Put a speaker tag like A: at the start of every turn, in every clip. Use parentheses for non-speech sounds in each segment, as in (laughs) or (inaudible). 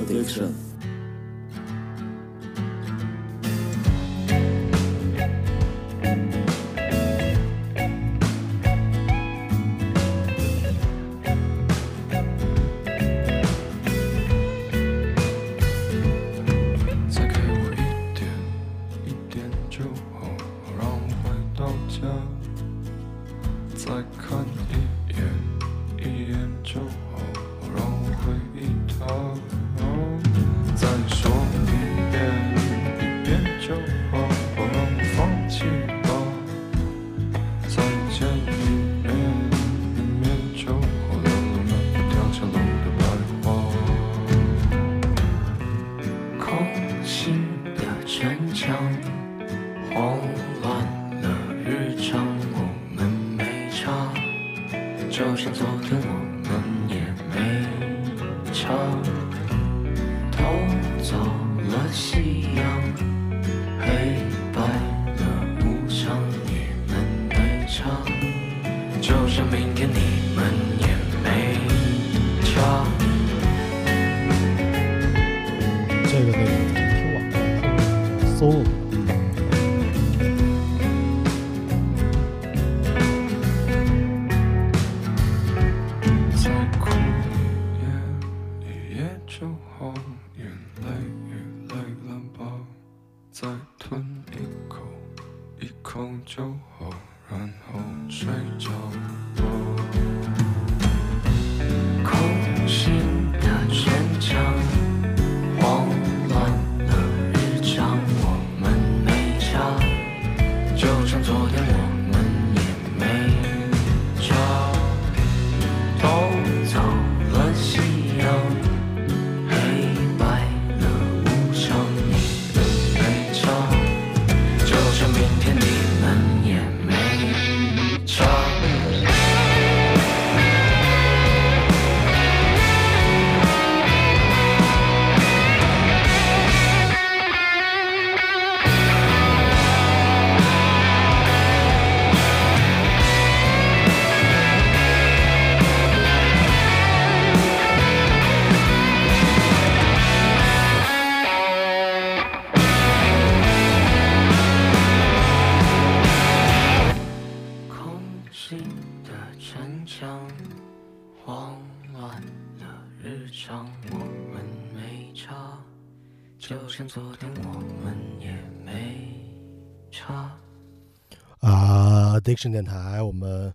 A: Addiction.
B: Addiction 啊电台，我们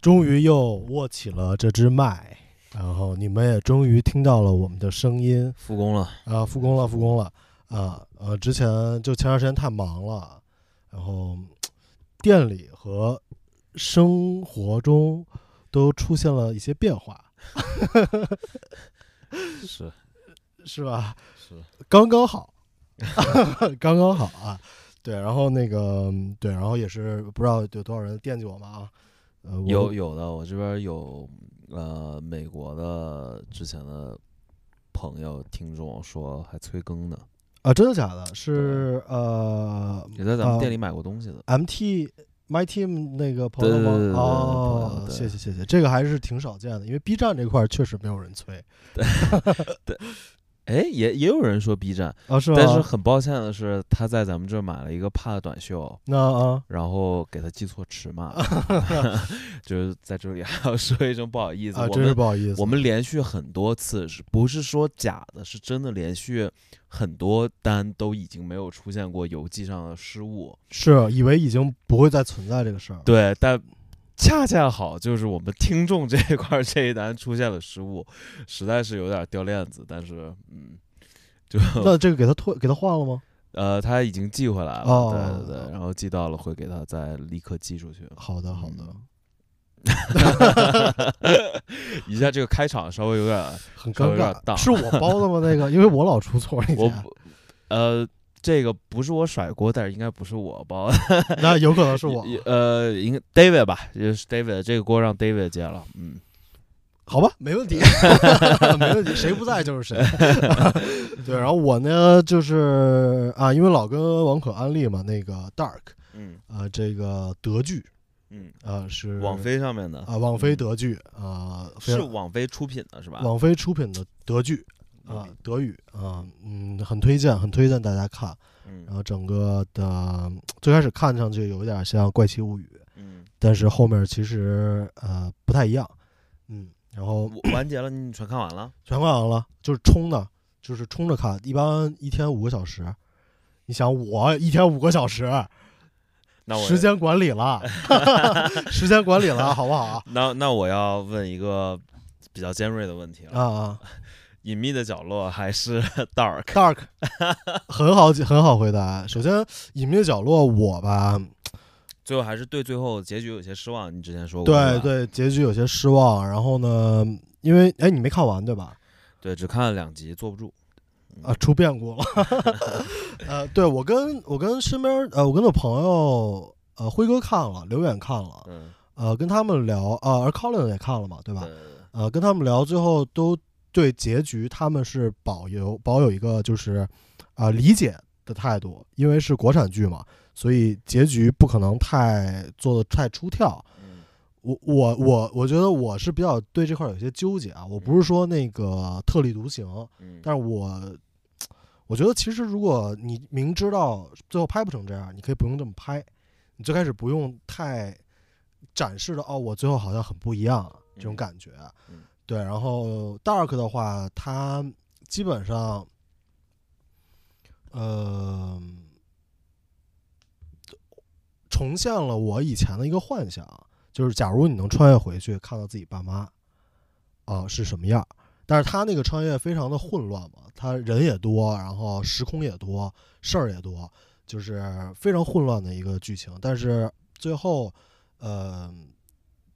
B: 终于又握起了这支麦，然后你们也终于听到了我们的声音。
A: 复工了
B: 啊，复工了，复工了啊！呃，之前就前段时间太忙了，然后店里和生活中都出现了一些变化，
A: 是
B: 是吧？
A: 是
B: 刚刚好， (laughs) 刚刚好啊！对，然后那个，对，然后也是不知道有多少人惦记我们啊，呃，我
A: 有有的，我这边有呃美国的之前的朋友听众说还催更呢，
B: 啊，真的假的？是呃，
A: 也在咱们店里买过东西的。
B: M T My Team 那个朋友
A: 对对对对
B: 吗？
A: 对
B: 哦，
A: 对
B: 谢谢谢谢，这个还是挺少见的，因为 B 站这块儿确实没有人催
A: 哎，也也有人说 B 站，
B: 啊，是吗？
A: 但是很抱歉的是，他在咱们这儿买了一个帕的短袖，
B: 那
A: (laughs)
B: 啊，
A: 然后给他记错尺 (laughs) 码，就是在这里还要说一声不好意思，
B: 啊，
A: 我
B: 真是
A: 们
B: 不好意思，
A: 我们连续很多次，是不是说假的？是真的连续很多单都已经没有出现过邮寄上的失误。
B: 是以为已经不会再存在这个事儿了，
A: 对，但恰恰好就是我们听众这一块儿这一单出现了失误，实在是有点掉链子。但是，嗯，就
B: 那这个给他退给他换了吗？
A: 呃，他已经寄回来了，
B: 哦
A: 对对对，然后寄到了会给他再立刻寄出去。
B: 好的好
A: 嗯
B: 的，
A: (laughs) 一下这个开场稍微有点，
B: 很
A: 稍微
B: 尴
A: 有点
B: 尬，
A: 荡
B: 是我包的吗？那个，因为我老出错，
A: (laughs)
B: 那
A: 我
B: 家
A: 不呃。这个不是我甩锅，但是应该不是我包的，
B: 那有可能是我，
A: 也呃，应该 David 吧，就是 David 这个锅让 David 接了，嗯，
B: 好吧，
A: (laughs)
B: 没问题， (laughs) 没问题，谁不在就是谁。 (laughs) 对，然后我呢，就是啊，因为老跟王可安利嘛，那个 Dark
A: 嗯
B: 啊、这个德剧
A: 嗯，
B: 啊、是
A: 网飞上面的
B: 啊，网飞
A: 嗯
B: 德剧啊、非
A: 是
B: 常
A: 网飞出品的是吧？
B: 网飞出品的德剧
A: 啊
B: 啊、
C: 啊，德语啊，嗯，很推荐，很推荐大家看。然
A: 嗯
C: 后整个的最开始看上去有点像《怪奇物语》，
A: 嗯，
C: 但是后面其实呃不太一样，嗯，然后
A: 我完结了，你全看完了？
C: 全看完了，就是冲的，就是冲着看，一般一天五个小时。你想我一天五个小时，
A: 那我
C: 时间管理
A: (laughs)
C: 了， (laughs) 时间管理了，好不啊好？
A: 那那我要问一个比较尖锐的问题了，
C: 啊啊
A: 隐秘的角落还是 (laughs) dark？
C: ，Dark，很好，很好回答。首先，《隐秘的角落》，我吧，
A: 最后还是对最后结局有些失望。你之前说过，
C: 对
A: 是吧
C: 对，结局有些失望。然后呢，因为哎，你没看完对吧？
A: 对，只看了两集，坐不住。
C: 啊，出变故了。 (laughs) 呃，对我跟我跟身边儿呃，我跟我朋友呃，辉哥看了，刘远看了，
A: 嗯，
C: 呃，跟他们聊啊、呃，而 Colin 也看了嘛，对吧？
A: 对，
C: 呃，跟他们聊，最后都对结局他们是保有保有一个就是啊、呃理解的态度，因为是国产剧嘛，所以结局不可能太做的太出跳。
A: 嗯
C: 我我我我觉得我是比较对这块儿有些纠结啊，我不是说那个特立独行，
A: 嗯，
C: 但是我我觉得其实如果你明知道最后拍不成这样，你可以不用这么拍，你最开始不用太展示的哦，我最后好像很不一样这
A: 嗯
C: 种感觉。
A: 嗯
C: 对，然后 Dark 的话，它基本上，呃，重现了我以前的一个幻想，就是假如你能穿越回去，看到自己爸妈，啊、是什么样儿？但是他那个穿越非常的混乱嘛，他人也多，然后时空也多，事儿也多，就是非常混乱的一个剧情。但是最后，呃，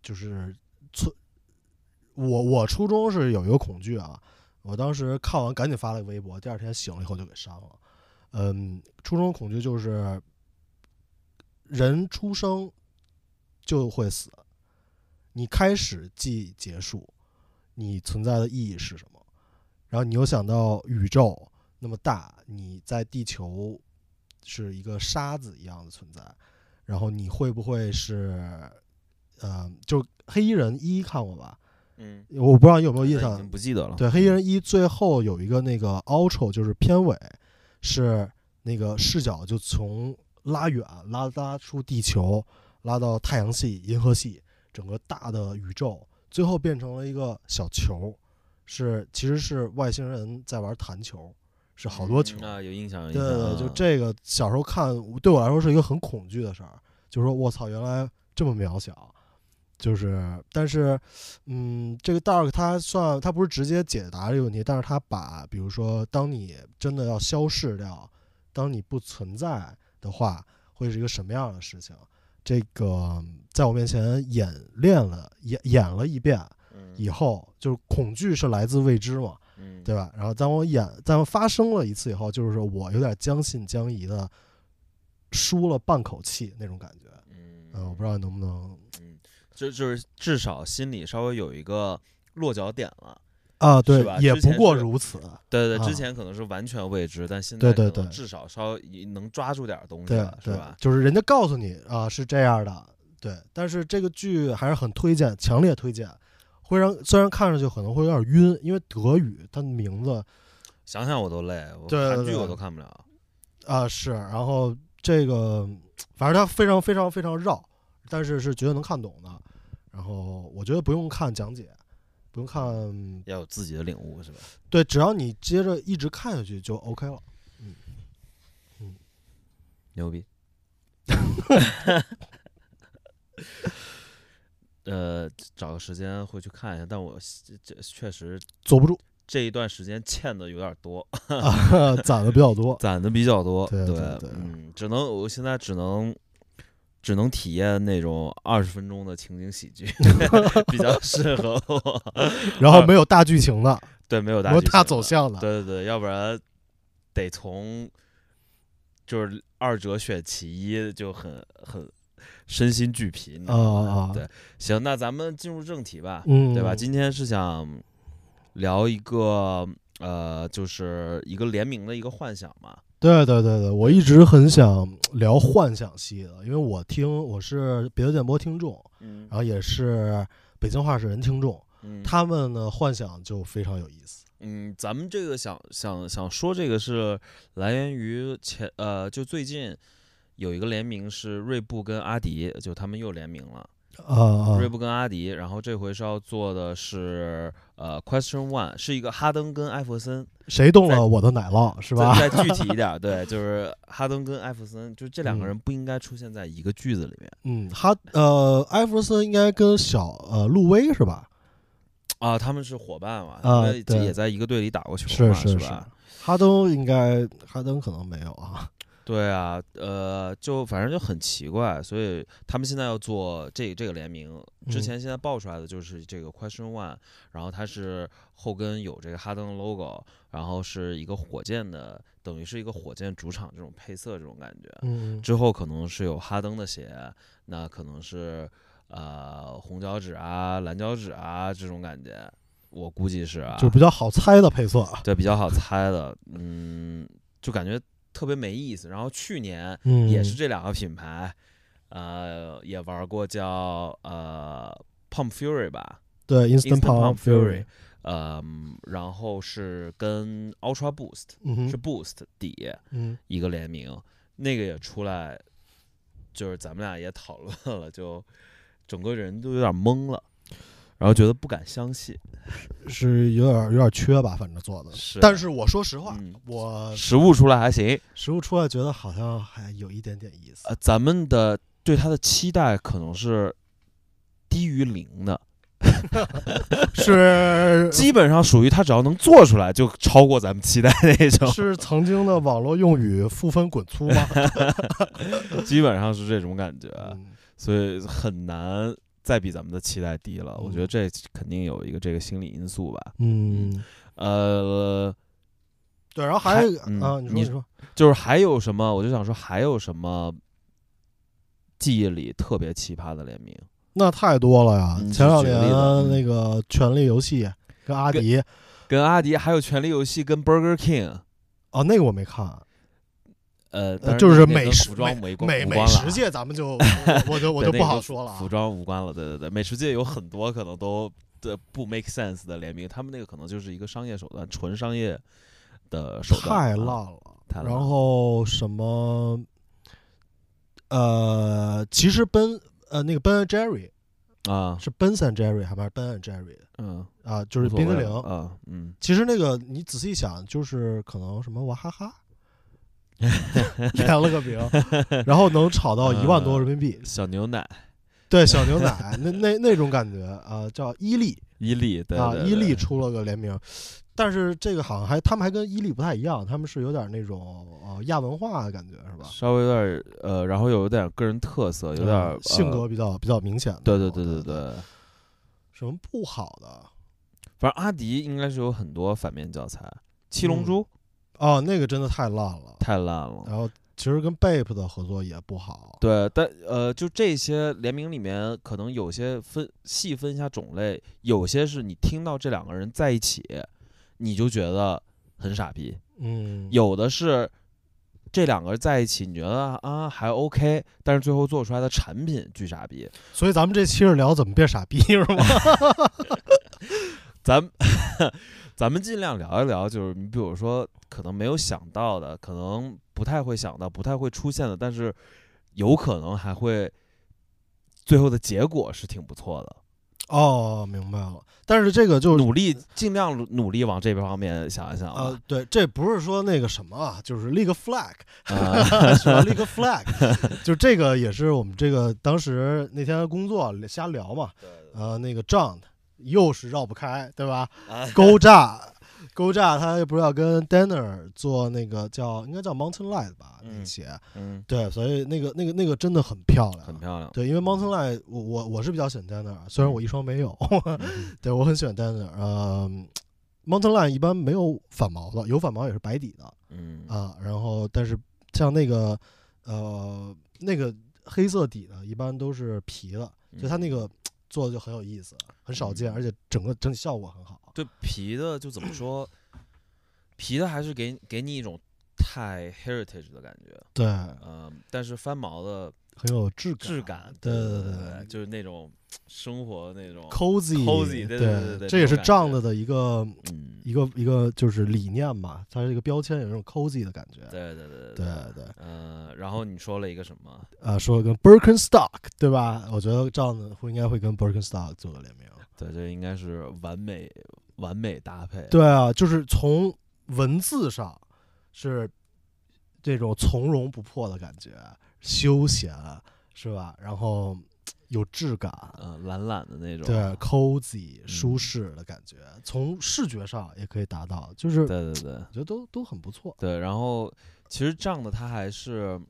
C: 就是错，我我初中是有一个恐惧啊，我当时看完赶紧发了个微博，第二天醒了以后就给删了。嗯，初中恐惧就是人出生就会死，你开始即结束，你存在的意义是什么？然后你又想到宇宙那么大，你在地球是一个沙子一样的存在，然后你会不会是，呃，就黑衣人一看过吧？
A: 嗯，
C: 我不知道你有没有印
A: 呃已
C: 象
A: 经，不记得了。
C: 对，《黑衣人一》最后有一个那个 outro，就是片尾是那个视角就从拉远拉拉出地球，拉到太阳系、银河系，整个大的宇宙，最后变成了一个小球，是其实是外星人在玩弹球，是好多球。
A: 嗯啊，有印象，有
C: 对
A: 印象
C: 对对，就
A: 啊
C: 这个小时候看，对我来说是一个很恐惧的事儿，就说我操，原来这么渺小。就是，但是，嗯，这个 Dark 它算它不是直接解答这个问题，但是它把，比如说，当你真的要消逝掉，当你不存在的话，会是一个什么样的事情？这个在我面前演练了，演演了一遍
A: 嗯
C: 以后，就是恐惧是来自未知嘛，
A: 嗯
C: 对吧？然后当我演，当发生了一次以后，就是我有点将信将疑的，舒了半口气那种感觉。
A: 嗯
C: 嗯，我不知道能不能
A: 这就是至少心里稍微有一个落脚点了。
C: 啊？
A: 是
C: 对
A: 吧，之
C: 也不
A: 前
C: 过
A: 是
C: 如此。
A: 对对，
C: 啊
A: 之前可能是完全未知，但现
C: 对
A: 在
C: 对
A: 可能
C: 对
A: 至少稍微能抓住点东西
C: 对
A: 了，是
C: 对
A: 吧，？
C: 就是人家告诉你啊是这样的，对。但是这个剧还是很推荐，强烈推荐。会让虽然看上去可能会有点晕，因为德语它的名字
A: 想想我都累，我
C: 对对
A: 韩剧
C: 对
A: 我都看不了。
C: 啊是，然后这个反正它非常非常非常绕，但是是绝对能看懂的。然后我觉得不用看讲解，不用看
A: 要有自己的领悟是吧？
C: 对，只要你接着一直看下去就 OK 了。
A: 牛逼。 (laughs) 呃，找个时间会去看一下，但我这确实
C: 坐不住，
A: 这一段时间欠的有点多，
C: 啊、攒的比较多。
A: (laughs) 攒的比较多。
C: 对对对
A: 嗯，只能我现在只能只能体验那种二十分钟的情景喜剧， (laughs) 比较适合我。
C: 然后没有大剧情
A: (laughs)
C: 的，
A: 对，没有大
C: 没有
A: 剧
C: 大
A: 情
C: 走
A: 了。
C: 向的。
A: 对对对，要不然得从就是二者选其一，就很很身心俱疲。你知
C: 啊
A: 道吗
C: 啊啊！
A: 对行，那咱们进入正题吧，
C: 嗯，
A: 对吧？今天是想聊一个呃，就是一个联名的一个幻想嘛。
C: 对对对对，我一直很想聊幻想系的，因为我听我是别的电波听众，
A: 嗯
C: 啊然后也是北京话事人听众，
A: 嗯，
C: 他们呢幻想就非常有意思。
A: 嗯，咱们这个想想想说这个是来源于前呃，就最近有一个联名是锐步跟阿迪，就他们又联名了，
C: 啊啊
A: 锐步跟阿迪，然后这回是要做的是呃 Question One，是一个哈登跟艾弗森，
C: 谁动
A: 在
C: 了我的奶酪是吧？
A: 再再具体一
C: (laughs)
A: 点儿，对，就是哈登跟艾弗森，就这两个
C: 嗯
A: 人不应该出现在一个句子里面
C: 嗯，哈呃，艾弗森应该跟小呃路威是吧？
A: 啊、他们是伙伴嘛，
C: 啊
A: 因为
C: 对
A: 也在一个队里打过球
C: 是
A: 嘛，
C: 是是
A: 吧？
C: 哈登应该哈登可能没有啊。
A: 对啊，呃，就反正就很奇怪，所以他们现在要做这这个联名，之
C: 嗯
A: 前现在爆出来的就是这个 Question One，然后它是后跟有这个哈登的 logo，然后是一个火箭的，等于是一个火箭主场这种配色这种感觉。
C: 嗯
A: 之后可能是有哈登的鞋，那可能是呃红脚趾啊、蓝脚趾啊这种感觉，我估计是啊，
C: 嗯就比较好猜的配色。
A: 对比较好猜的，嗯，就感觉特别没意思。然后去年。
C: 嗯，
A: 也是这两个品牌，呃，也玩过叫呃 Pump Fury 吧，
C: 对 Instant
A: Instant Pump
C: Pump
A: Fury 嗯，然后是跟 Ultra Boost
C: 嗯
A: 是
C: 哼
A: Boost 底
C: 嗯
A: 一个联名，那个也出来，就是咱们俩也讨论了，就整个人都有点懵了。然后觉得不敢相信，
C: 是有点有点缺吧，反正做的。
A: 是啊
C: 但是我说实话，呃
A: 嗯，
C: 我
A: 实物出来还行，
C: 实物出来觉得好像还有一点点意思。
A: 呃，咱们的对它的期待可能是低于零的，(laughs)
C: (laughs) (laughs) 是，
A: 基本上属于他只要能做出来，就超过咱们期待那种
C: (laughs) 是曾经的网络用语“负分滚粗”吗？
A: 基本上是这种感觉，
C: 嗯
A: 所以很难再比咱们的期待低了。
C: 嗯
A: 我觉得这肯定有一个这个心理因素吧。
C: 嗯，
A: 呃，
C: 对。然后还有一个
A: 还嗯
C: 啊，你说
A: 你
C: 你说，
A: 就是还有什么？我就想说还有什么记忆里特别奇葩的联名？
C: 那太多了呀
A: 嗯！
C: 前两
A: 举
C: 年
A: 个例子嗯
C: 那个《权力游戏》跟阿迪
A: 跟阿迪还有《权力游戏》跟 Burger King，
C: 哦，那个我没看，
A: 呃，当
C: 呃，
A: 然
C: 就是
A: 那个
C: 美
A: 跟服
C: 食美
A: 装没关
C: 美
A: 无
C: 美
A: 关了
C: 食
A: 啊。
C: 界，咱们就我就我
A: 对那
C: 就不
A: 个
C: 好
A: 跟
C: 说了啊
A: 服。装无关了，对对对，美食界有很多可能都的不 make sense 的联名，他们那个可能就是一个商业手段，纯商业的手段，
C: 太
A: 啊
C: 烂，了。
A: 太烂
C: 然
A: 了
C: 后什么？呃，其实奔呃那个 Ben and Jerry
A: 啊，
C: 是 Ben and Jerry 还是 Ben and Jerry
A: 嗯，
C: 啊？就是
A: 无所
C: 冰激
A: 谓
C: 凌。
A: 了啊，
C: (laughs)
A: 嗯，
C: 其实那个你仔细想，就是可能什么娃哈哈。 (laughs) 连了个名，
A: (laughs)
C: 然后能炒到一万多人民币。
A: 小牛奶
C: 对，小牛奶 (laughs) 那那那种感觉啊、呃叫伊利
A: 伊利，对
C: 啊，
A: 对
C: 伊利
A: 对
C: 出了个联名，但是这个好像还他们还跟伊利不太一样，他们是有点那种呃亚文化的感觉，是吧？
A: 稍微有点儿呃，然后有点个人特色，有点
C: 嗯
A: 儿
C: 性，
A: 呃
C: 格比较比较明显的
A: 对
C: 那
A: 对
C: 种。
A: 对对
C: 对，
A: 对，
C: 什么不好的？
A: 反正阿迪应该是有很多反面教材，七龙
C: 嗯
A: 珠
C: 哦，那个真的太烂了。
A: 太烂了，
C: 然后其实跟 Bape 的合作也不好。
A: 对，但呃，就这些联名里面，可能有些分细分一下种类，有些是你听到这两个人在一起，你就觉得很傻逼；
C: 嗯，
A: 有的是这两个人在一起，你觉得啊还 OK，但是最后做出来的产品巨傻逼。
C: 所以咱们这期是聊怎么变傻逼是
A: (laughs)
C: 吗？
A: 咱 (laughs) 咱们尽量聊一聊，就是你比如说，可能没有想到的，可能不太会想到、不太会出现的，但是有可能还会最后的结果是挺不错的。
C: 哦，明白了。但是这个就是
A: 努力，尽量努努力往这方面想一想
C: 呃
A: 吧。，
C: 对，这不是说那个什么啊，就是立个 flag，呃 (laughs)
A: 啊，
C: 什么立个 flag，就 (laughs) 这个也是我们这个当时那天工作瞎聊嘛，呃，那个 John 又是绕不开，对吧？
A: 啊
C: (laughs) 勾炸，勾炸，他不是要跟 Danner 做那个叫应该叫 Mountain Light 吧，那
A: 嗯
C: 个鞋，
A: 嗯，
C: 对，所以那个那个那个真的很漂亮，啊
A: 很漂亮。
C: 对，因为 Mountain Light 我我我是比较喜欢 Danner，虽然我一双没有， (laughs)
A: 嗯
C: 对我很喜欢 Danner，呃，Mountain Light 一般没有反毛的，有反毛也是白底的。
A: 嗯
C: 啊，然后但是像那个呃那个黑色底的，一般都是皮的，所以它那个做的就很有意思，很少见，
A: 嗯
C: 而且整个整体效果很好。
A: 对皮的就怎么说，皮的还是给给你一种太 heritage 的感觉。呃
C: 对，
A: 嗯，但是翻毛的
C: 很有质感，
A: 质感，
C: 对
A: 对
C: 对
A: 对，就是那种生活那种，
C: cozy
A: cozy，对对
C: 对
A: 对对
C: 这也
A: 这种
C: 是
A: 感
C: 仗
A: 觉
C: 子的一个
A: 嗯，
C: 一个一个就是理念嘛，它是一个标签，有一种 cozy 的感觉。
A: 对对对
C: 对
A: 对，
C: 对，
A: 呃，然后你说了一个什么？
C: 啊，说跟 Birkenstock 对吧？我觉得仗子会应该会跟 Birkenstock 做个联名。
A: 对，这应该是完美完美搭配，
C: 对啊，就是从文字上是这种从容不迫的感觉，休闲是吧？然后有质感，
A: 呃，懒懒的那种，啊
C: 对，cozy 舒
A: 嗯
C: 适的感觉，从视觉上也可以达到，就是我
A: 对对对
C: 觉得都都很不错。
A: 对，然后其实这样的他还是，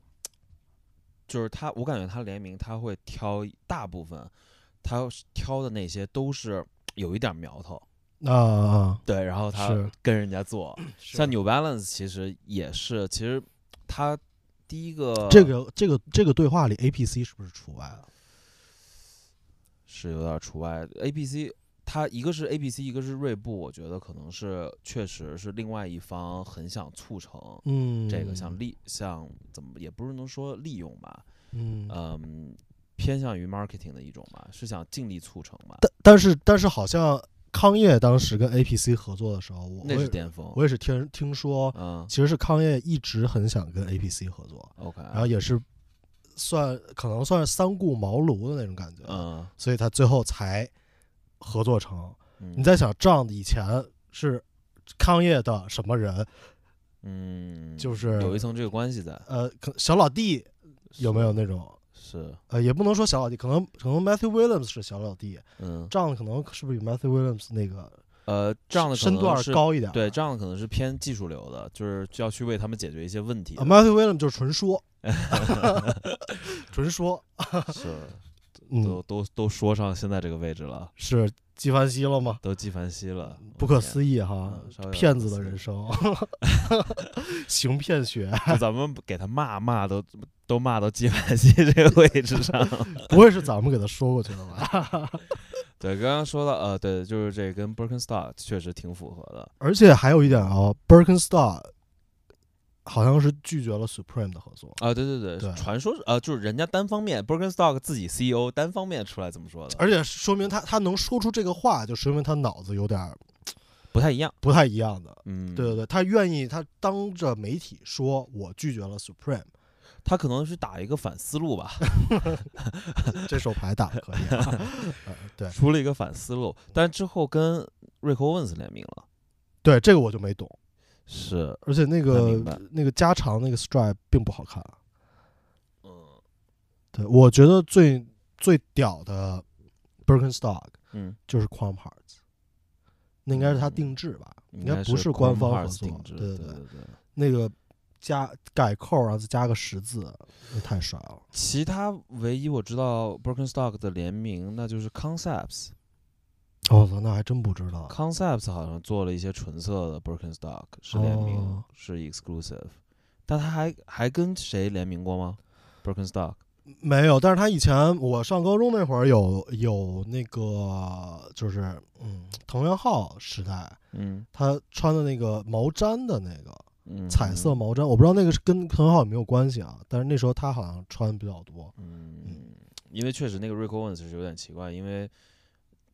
A: 就是他，我感觉他联名他会挑一大部分，他是挑的那些都是有一点苗头，
C: 那、啊
A: 对，然后他
C: 是
A: 跟人家做，
C: 是
A: 像 New Balance 其实也是，其实他第一个
C: 这个这个这个对话里，A P C 是不是除外了？
A: 是有点除外，A B C。它一个是 A B C，一个是锐步，我觉得可能是确实是另外一方很想促成
C: 嗯，
A: 这个，像利像怎么也不是能说利用吧，
C: 嗯，
A: 嗯，偏向于 marketing 的一种嘛，是想尽力促成嘛，
C: 但但是但是好像康业当时跟 A P C 合作的时候，我
A: 那
C: 我
A: 是
C: 也
A: 巅峰
C: 我。也是听听说，
A: 嗯啊
C: 其实是康业一直很想跟 A P C 合作，
A: ，OK，
C: 然后也是算可能算是三顾茅庐的那种感觉，
A: 嗯，
C: 所以他最后才合作成。你
A: 你
C: 在想，仗以前是康业的什么人？
A: 嗯，
C: 就是
A: 有一层这个关系在，
C: 呃，可小老弟有没有那种？
A: 是？
C: 呃，也不能说小老弟，可能可能 Matthew Williams 是小老弟，
A: 嗯，
C: 仗可能是不是比 Matthew Williams 那个
A: 呃，这样的可
C: 身
A: 能
C: 段
A: 是，
C: 高一点？
A: 对，这样的可能是偏技术流的，就是要去为他们解决一些问题
C: 啊
A: 的，
C: ，Matthew Williams 就是纯
A: (laughs)
C: 说，纯说，
A: 是，
C: 嗯
A: 都，都都说上现在这个位置了，
C: 是纪梵希了吗？
A: 都纪梵希了，
C: 不可思议哈
A: 嗯稍微有，点
C: 骗
A: 不
C: 子
A: 可
C: 的
A: 思
C: 人
A: 议 (laughs)
C: 生，行骗学， (laughs)
A: 议，就咱们给他骂骂都都骂到纪梵希这个位置上了。
C: 不会是咱们给他说过去的吧？ (laughs)
A: 对，刚刚说到呃，对，就是这跟 Birkenstock 确实挺符合的。
C: 而且还有一点啊，Birkenstock 好像是拒绝了 Supreme 的合作，
A: 啊，对对对，
C: 对
A: 传说是呃，就是人家单方面 Birkenstock 自己 CEO 单方面出来这么说的，
C: 而且说明他他能说出这个话，就说明他脑子有点儿
A: 不太一样。
C: 不太一样的。
A: 嗯，
C: 对对，对，他愿意，他当着媒体说我拒绝
A: (laughs)
C: 了 Supreme
A: 他可能是打一个反思路吧，
C: 这手牌打的可以、
A: (laughs)
C: 啊呃对
A: 出了一个反思路，但之后跟瑞克 Owens 联名了，
C: 对，这个我就没懂。
A: 是，
C: 而且那
A: 那
C: 个
A: 明白
C: 那个加长那个 stripe 并不好看。啊
A: 嗯
C: 对，我觉得最最屌的 Birkenstock
A: 嗯，
C: 就是 Quam Hearts，那应该是他
A: 嗯
C: 定制吧，应
A: 应
C: 该不
A: 是
C: 官
A: Chrome
C: 方合
A: Hearts
C: 作
A: 定。制，
C: 对
A: 对
C: 对，
A: 对。
C: 那个加改扣，然后再加个十字，那太帅了。
A: 其他唯一我知道 Birkenstock 的联名，那就是 Concepts。
C: 哦，那还真不知道。
A: Concepts 好像做了一些纯色的 Birkenstock，是联名，
C: 哦
A: 是 exclusive，但他还还跟谁联名过吗？Birkenstock
C: 没有，但是他以前我上高中那会儿有有那个就是嗯，藤原浩时代，
A: 嗯，
C: 他穿的那个毛毡的那个，
A: 嗯
C: 彩色，毛毡，我不知道那个是跟藤原浩有没有关系啊，但是那时候他好像穿比较多。
A: 嗯，因为确实那个 Rick Owens 是有点奇怪，因为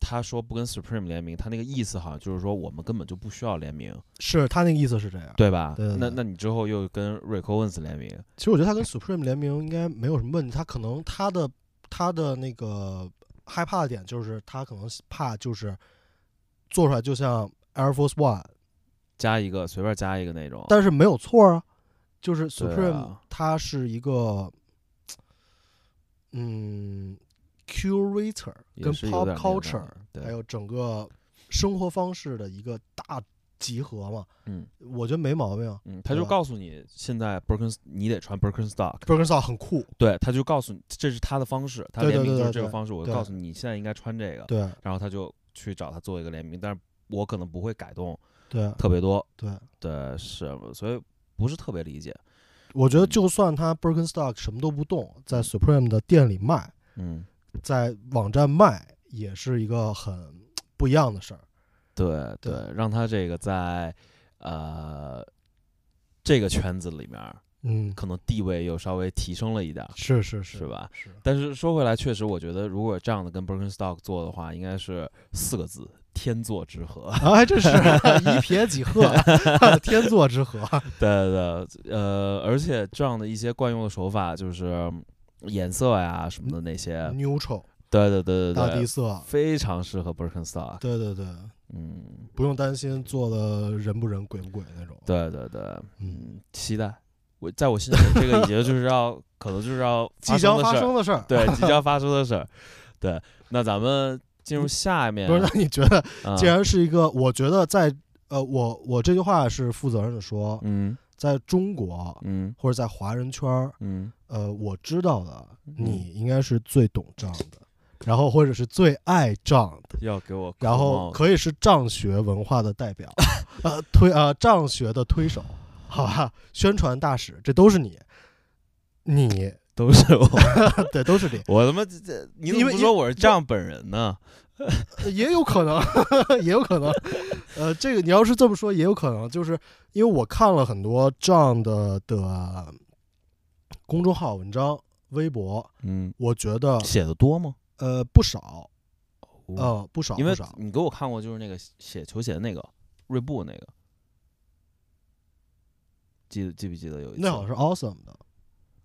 A: 他说不跟 Supreme 联名，他那个意思好像就是说我们根本就不需要联名，
C: 是他那个意思是这样。
A: 对吧？
C: 对对
A: 那
C: 对
A: 那你之后又跟 Rick Owens 联名，
C: 其实我觉得他跟 Supreme 联名应该没有什么问题，他可能他的他的那个害怕的点就是他可能怕就是做出来就像 Air Force One，
A: 加一个随便加一个那种，
C: 但是没有错啊，就是
A: 对啊
C: Supreme 它是一个嗯 curator
A: 也
C: 跟
A: 是有
C: pop
A: 点那个
C: culture
A: 对，
C: 还有整个生活方式的一个大集合嘛，
A: 嗯
C: 我觉得没毛病啊。
A: 嗯，他
C: 对
A: 就
C: 吧
A: 告诉你现在 Birken 你得穿 Birkenstock。
C: Birkenstock 很酷，
A: 对，他就告诉你这是他的方式，他
C: 对
A: 联
C: 对
A: 名
C: 对
A: 就是
C: 对
A: 这个
C: 对
A: 方式，我
C: 对
A: 告诉你你现在应该穿这个，
C: 对
A: 然后他就去找他做一个联名，但是我可能不会改动
C: 对
A: 特别多，
C: 对，
A: 对，是，所以不是特别理解，
C: 我觉得就算它 Birkenstock 什么都不动，在 Supreme 的店里卖，
A: 嗯，
C: 在网站卖，也是一个很不一样的事儿。
A: 对
C: 对
A: 对，让他这个在呃这个圈子里面
C: 嗯，
A: 可能地位又稍微提升了一点儿，
C: 是是
A: 是吧？
C: 是，
A: 但是说回来，确实我觉得如果这样的跟 Birkenstock 做的话，应该是四个字：天作之合。
C: 啊，还真 (laughs) 是一撇几 (laughs) 鹤，天作之 (laughs) 合。
A: 对对对，呃，而且这样的一些惯用的手法，就是颜色呀什么的那些，
C: neutral
A: 对对对
C: 大
A: 对
C: 嗯地
A: 对，
C: 色，
A: 非常适合 Birkenstock。
C: 对对对，
A: 嗯，
C: 不用担心做的人不人鬼不鬼那种。
A: 对对对，
C: 嗯，
A: 嗯，期待。我在我心里，这个已经就是要，可能就是要
C: 即将
A: 发
C: 发
A: 生的事儿
C: 生的事儿。
A: 对，即将发生的事
C: (laughs)
A: 儿。对，那咱们进入下面，
C: 不是，那你觉得，
A: 嗯
C: 既然是一个，我觉得在呃，我我这句话是负责任的说，
A: 嗯
C: 在中国
A: 嗯
C: 或者在华人圈儿，
A: 嗯
C: 呃，我知道的，
A: 嗯
C: 你应该是最懂账的，然后或者是最爱账的，
A: 要给我扣
C: 然后
A: 帽子
C: 可以是账学文化的代表， (laughs) 呃，推呃账学的
A: (laughs)
C: 推手，好吧，宣传大使，这都是你，
A: (laughs)
C: 你
A: 都是我，
C: (laughs) 对，都是你，
A: 我他妈这这，你怎
C: 因
A: 么
C: 为
A: 不
C: 因
A: 说我是这样本人呢？
C: 也有可能， (laughs) 也有可能。呃，这个你要是这么说，也有可能，就是因为我看了很多这样的的公众号文章、微博，
A: 嗯，
C: 我觉得
A: 写的多吗？
C: 呃不少，
A: 哦，
C: 啊呃不少，
A: 因为
C: 不少。
A: 你给我看过就是那个写球鞋那个锐步那个，记得记不记得有一次
C: 那好像是 awesome 的，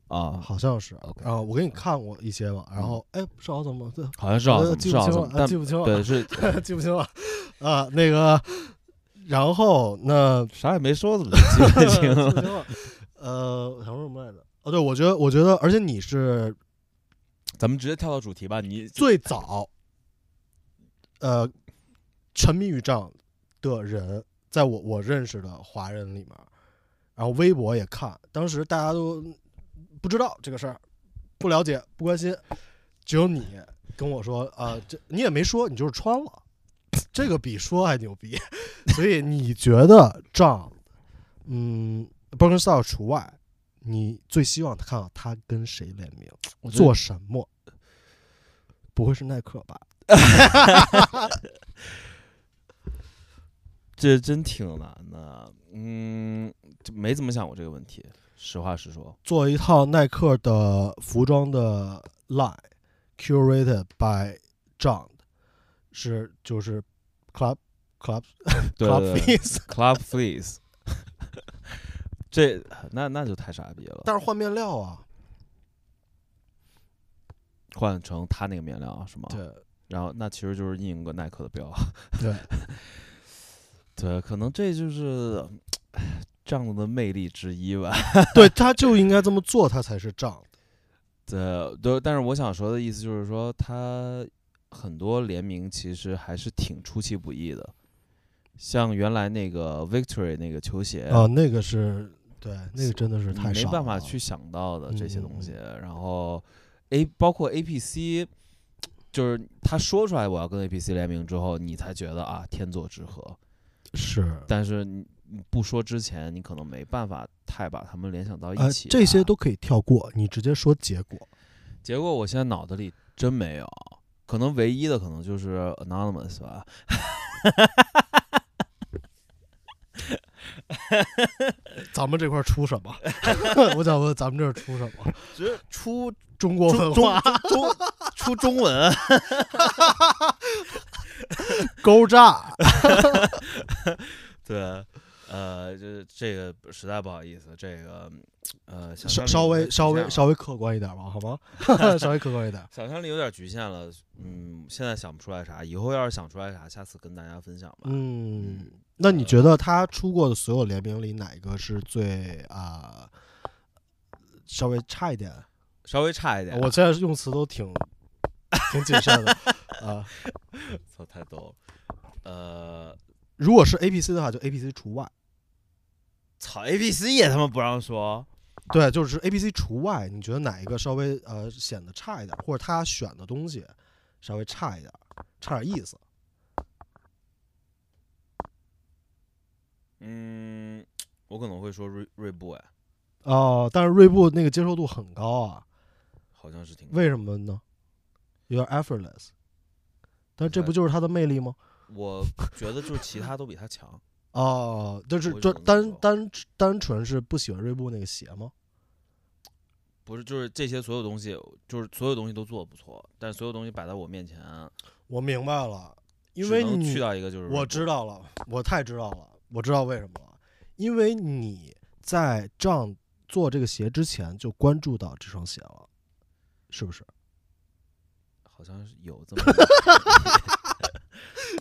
A: 啊？
C: 好像是。
A: OK 嗯
C: 然后我给你看过一些嘛，然后哎是 awesome 吗？对，
A: 好像是啊，
C: 呃
A: 怎么
C: 记
A: 是
C: 不
A: 啊，
C: 清
A: 怎么，
C: 了呃
A: 但
C: 记不清了，
A: 对
C: (laughs)
A: 是
C: 记不清了。啊，那个，然后那
A: 啥也没说，怎么就记不清
C: (laughs) 记不
A: 了？
C: 清了。呃，我想说什么来着？哦，对，我觉得，我觉得，而且你是
A: 咱们直接跳到主题吧，你
C: 最早，呃，沉迷于这样的人，在我我认识的华人里面，然后微博也看，当时大家都不知道这个事儿，不了解，不关心，只有你跟我说啊、这你也没说，你就是穿了，这个比说还牛逼。 (laughs) 所以你觉得这样，嗯，Birkenstock 除外，你最希望看到他跟谁联名？
A: 我觉得
C: 做什么？不会是耐克吧？
A: 这真挺难的，嗯，就没怎么想过这个问题。实话实说，
C: 做一套耐克的服装的 line curated by John，是就是 club club
A: 对
C: club
A: 对
C: face，
A: ，Club Fleece，这那那就太傻逼了。
C: (laughs) 但是换面料啊，
A: 换成他那个面料是吗？。
C: 对
A: 然后那其实就是印一个耐克的标。
C: 对，
A: 对，可能这就是唉这样的魅力之一吧。 (laughs)
C: 对，他就应该这么做，他才是 John。
A: 对，对，但是我想说的意思就是说，它很多联名其实还是挺出其不意的，像原来那个 Victory 那个球鞋
C: 啊，那个是对，那个真的是
A: 你
C: 太
A: 没
C: 少
A: 办法
C: 了
A: 去想到的
C: 嗯
A: 这些
C: 嗯
A: 东
C: 嗯
A: 西。然后 A 包括 APC，就是他说出来我要跟 APC 联名之后，你才觉得啊天作之合。
C: 是。
A: 但是你你不说之前，你可能没办法太把他们联想到
C: 呃
A: 一，起、啊
C: 这些，都可以跳过，你直接说结果。
A: 结果我现在脑子里真没有，可能唯一的可能就是 Anonymous 吧。
C: 咱们这块儿出什么？我想问咱们这儿出什么？
A: 出
C: 中国文
A: 中
C: 化
A: 中出中文，
C: (laughs)
A: (laughs) (laughs)
C: 勾诈，
A: 对，呃，这这个实在不好意思，这个呃，想
C: 稍
A: 象力
C: 稍
A: 有点局限
C: 微稍微
A: 了
C: 稍微客观一点吧，好
A: (laughs)
C: 吗？稍微客观一点。
A: 想象力有点局限了，嗯，现在想不出来啥，以后要是想出来啥，下次跟大家分享吧。
C: 嗯，那你觉得他出过的所有联名里，哪一个是最啊、稍微差一点？
A: 稍微差一点啊，
C: 我现在用词都挺挺谨
A: (laughs)
C: 慎的啊。
A: 操，太逗了，呃，
C: 如果是 A P C 的话，就 A P C 除外。
A: 操，A B C 也他妈不让说，
C: 对，就是 A、B、C 除外，你觉得哪一个稍微呃显得差一点，或者他选的东西稍微差一点，差点意思？
A: 嗯，我可能会说锐锐步，哎，
C: 哦，但是锐步那个接受度很高啊，
A: 好像是挺，
C: 为什么呢？有点 effortless，但这不就是它的魅力吗？
A: 我觉得就是其他都比他强，
C: 哦，就是
A: 我也
C: 这
A: 不能
C: 单
A: 说
C: 单单纯是不喜欢锐步那个鞋吗？
A: 不是，就是这些所有东西，就是所有东西都做的不错，但所有东西摆在我面前，啊
C: 我明白了，因
A: 只
C: 为
A: 能
C: 你
A: 去到一个就是
C: 我知道了，我太知道了，我知道为什么了，因为你在丈做这个鞋之前就关注到这双鞋了，是不是？
A: 好像是有这么一个，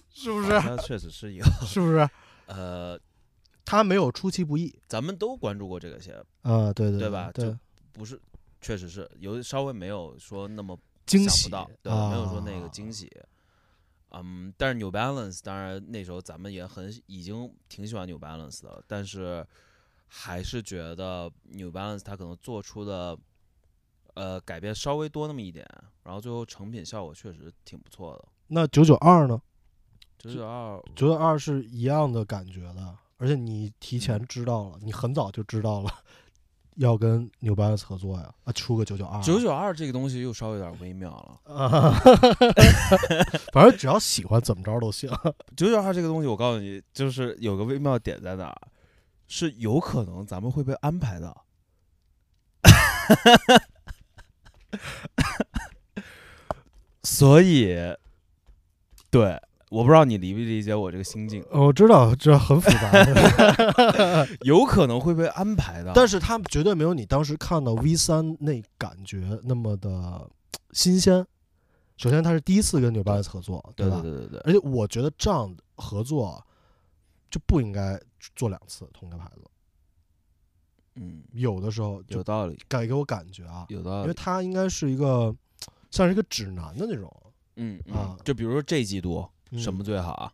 C: 是不 (laughs)
A: 好？像确实是有。
C: 是不是？
A: 呃，
C: (laughs) 他没有出其不意
A: 咱们都关注过这个鞋，
C: 啊、对
A: 对
C: 对对
A: 吧
C: 对
A: 就，不是，确实是有稍微没有说那么
C: 惊
A: 想
C: 喜
A: 不到，对，
C: 啊、
A: 没有说那个惊喜。嗯，但是 New Balance，当然那时候咱们也很已经挺喜欢 New Balance 的了，但是还是觉得 New Balance 它可能做出的呃改变稍微多那么一点，然后最后成品效果确实挺不错的。
C: 那九九二呢？
A: 九九二
C: 九九二是一样的感觉的，而且你提前
A: 嗯
C: 知道了，你很早就知道了 (laughs) 要跟 New Balance 合作呀，啊，出个九九二，
A: 九九二这个东西又稍微有点微妙了。
C: 啊， (laughs) 反正只要喜欢怎么着都行。
A: 九九二这个东西，我告诉你，就是有个微妙的点在哪儿，是有可能咱们会被安排的。 (laughs) 所以，对，我不知道你理不理解我这个心境，
C: 我知道这很复杂，
A: 有可能会被安排的。
C: (laughs) 但是他们绝对没有你当时看到 V 三那感觉那么的新鲜。首先，他是第一次跟 New Balance 合作，
A: 对
C: 吧？
A: 对对对对，
C: 而且我觉得这样的合作就不应该做两次同一个牌子，
A: 嗯，
C: 有的时候就
A: 有道理，
C: 感给我感觉啊，
A: 有
C: 因
A: 道
C: 为
A: 理。
C: 它应该是一个像是一个指南的那种，
A: 嗯嗯
C: 啊
A: 就比如说这季度
C: 嗯
A: 什么最好啊？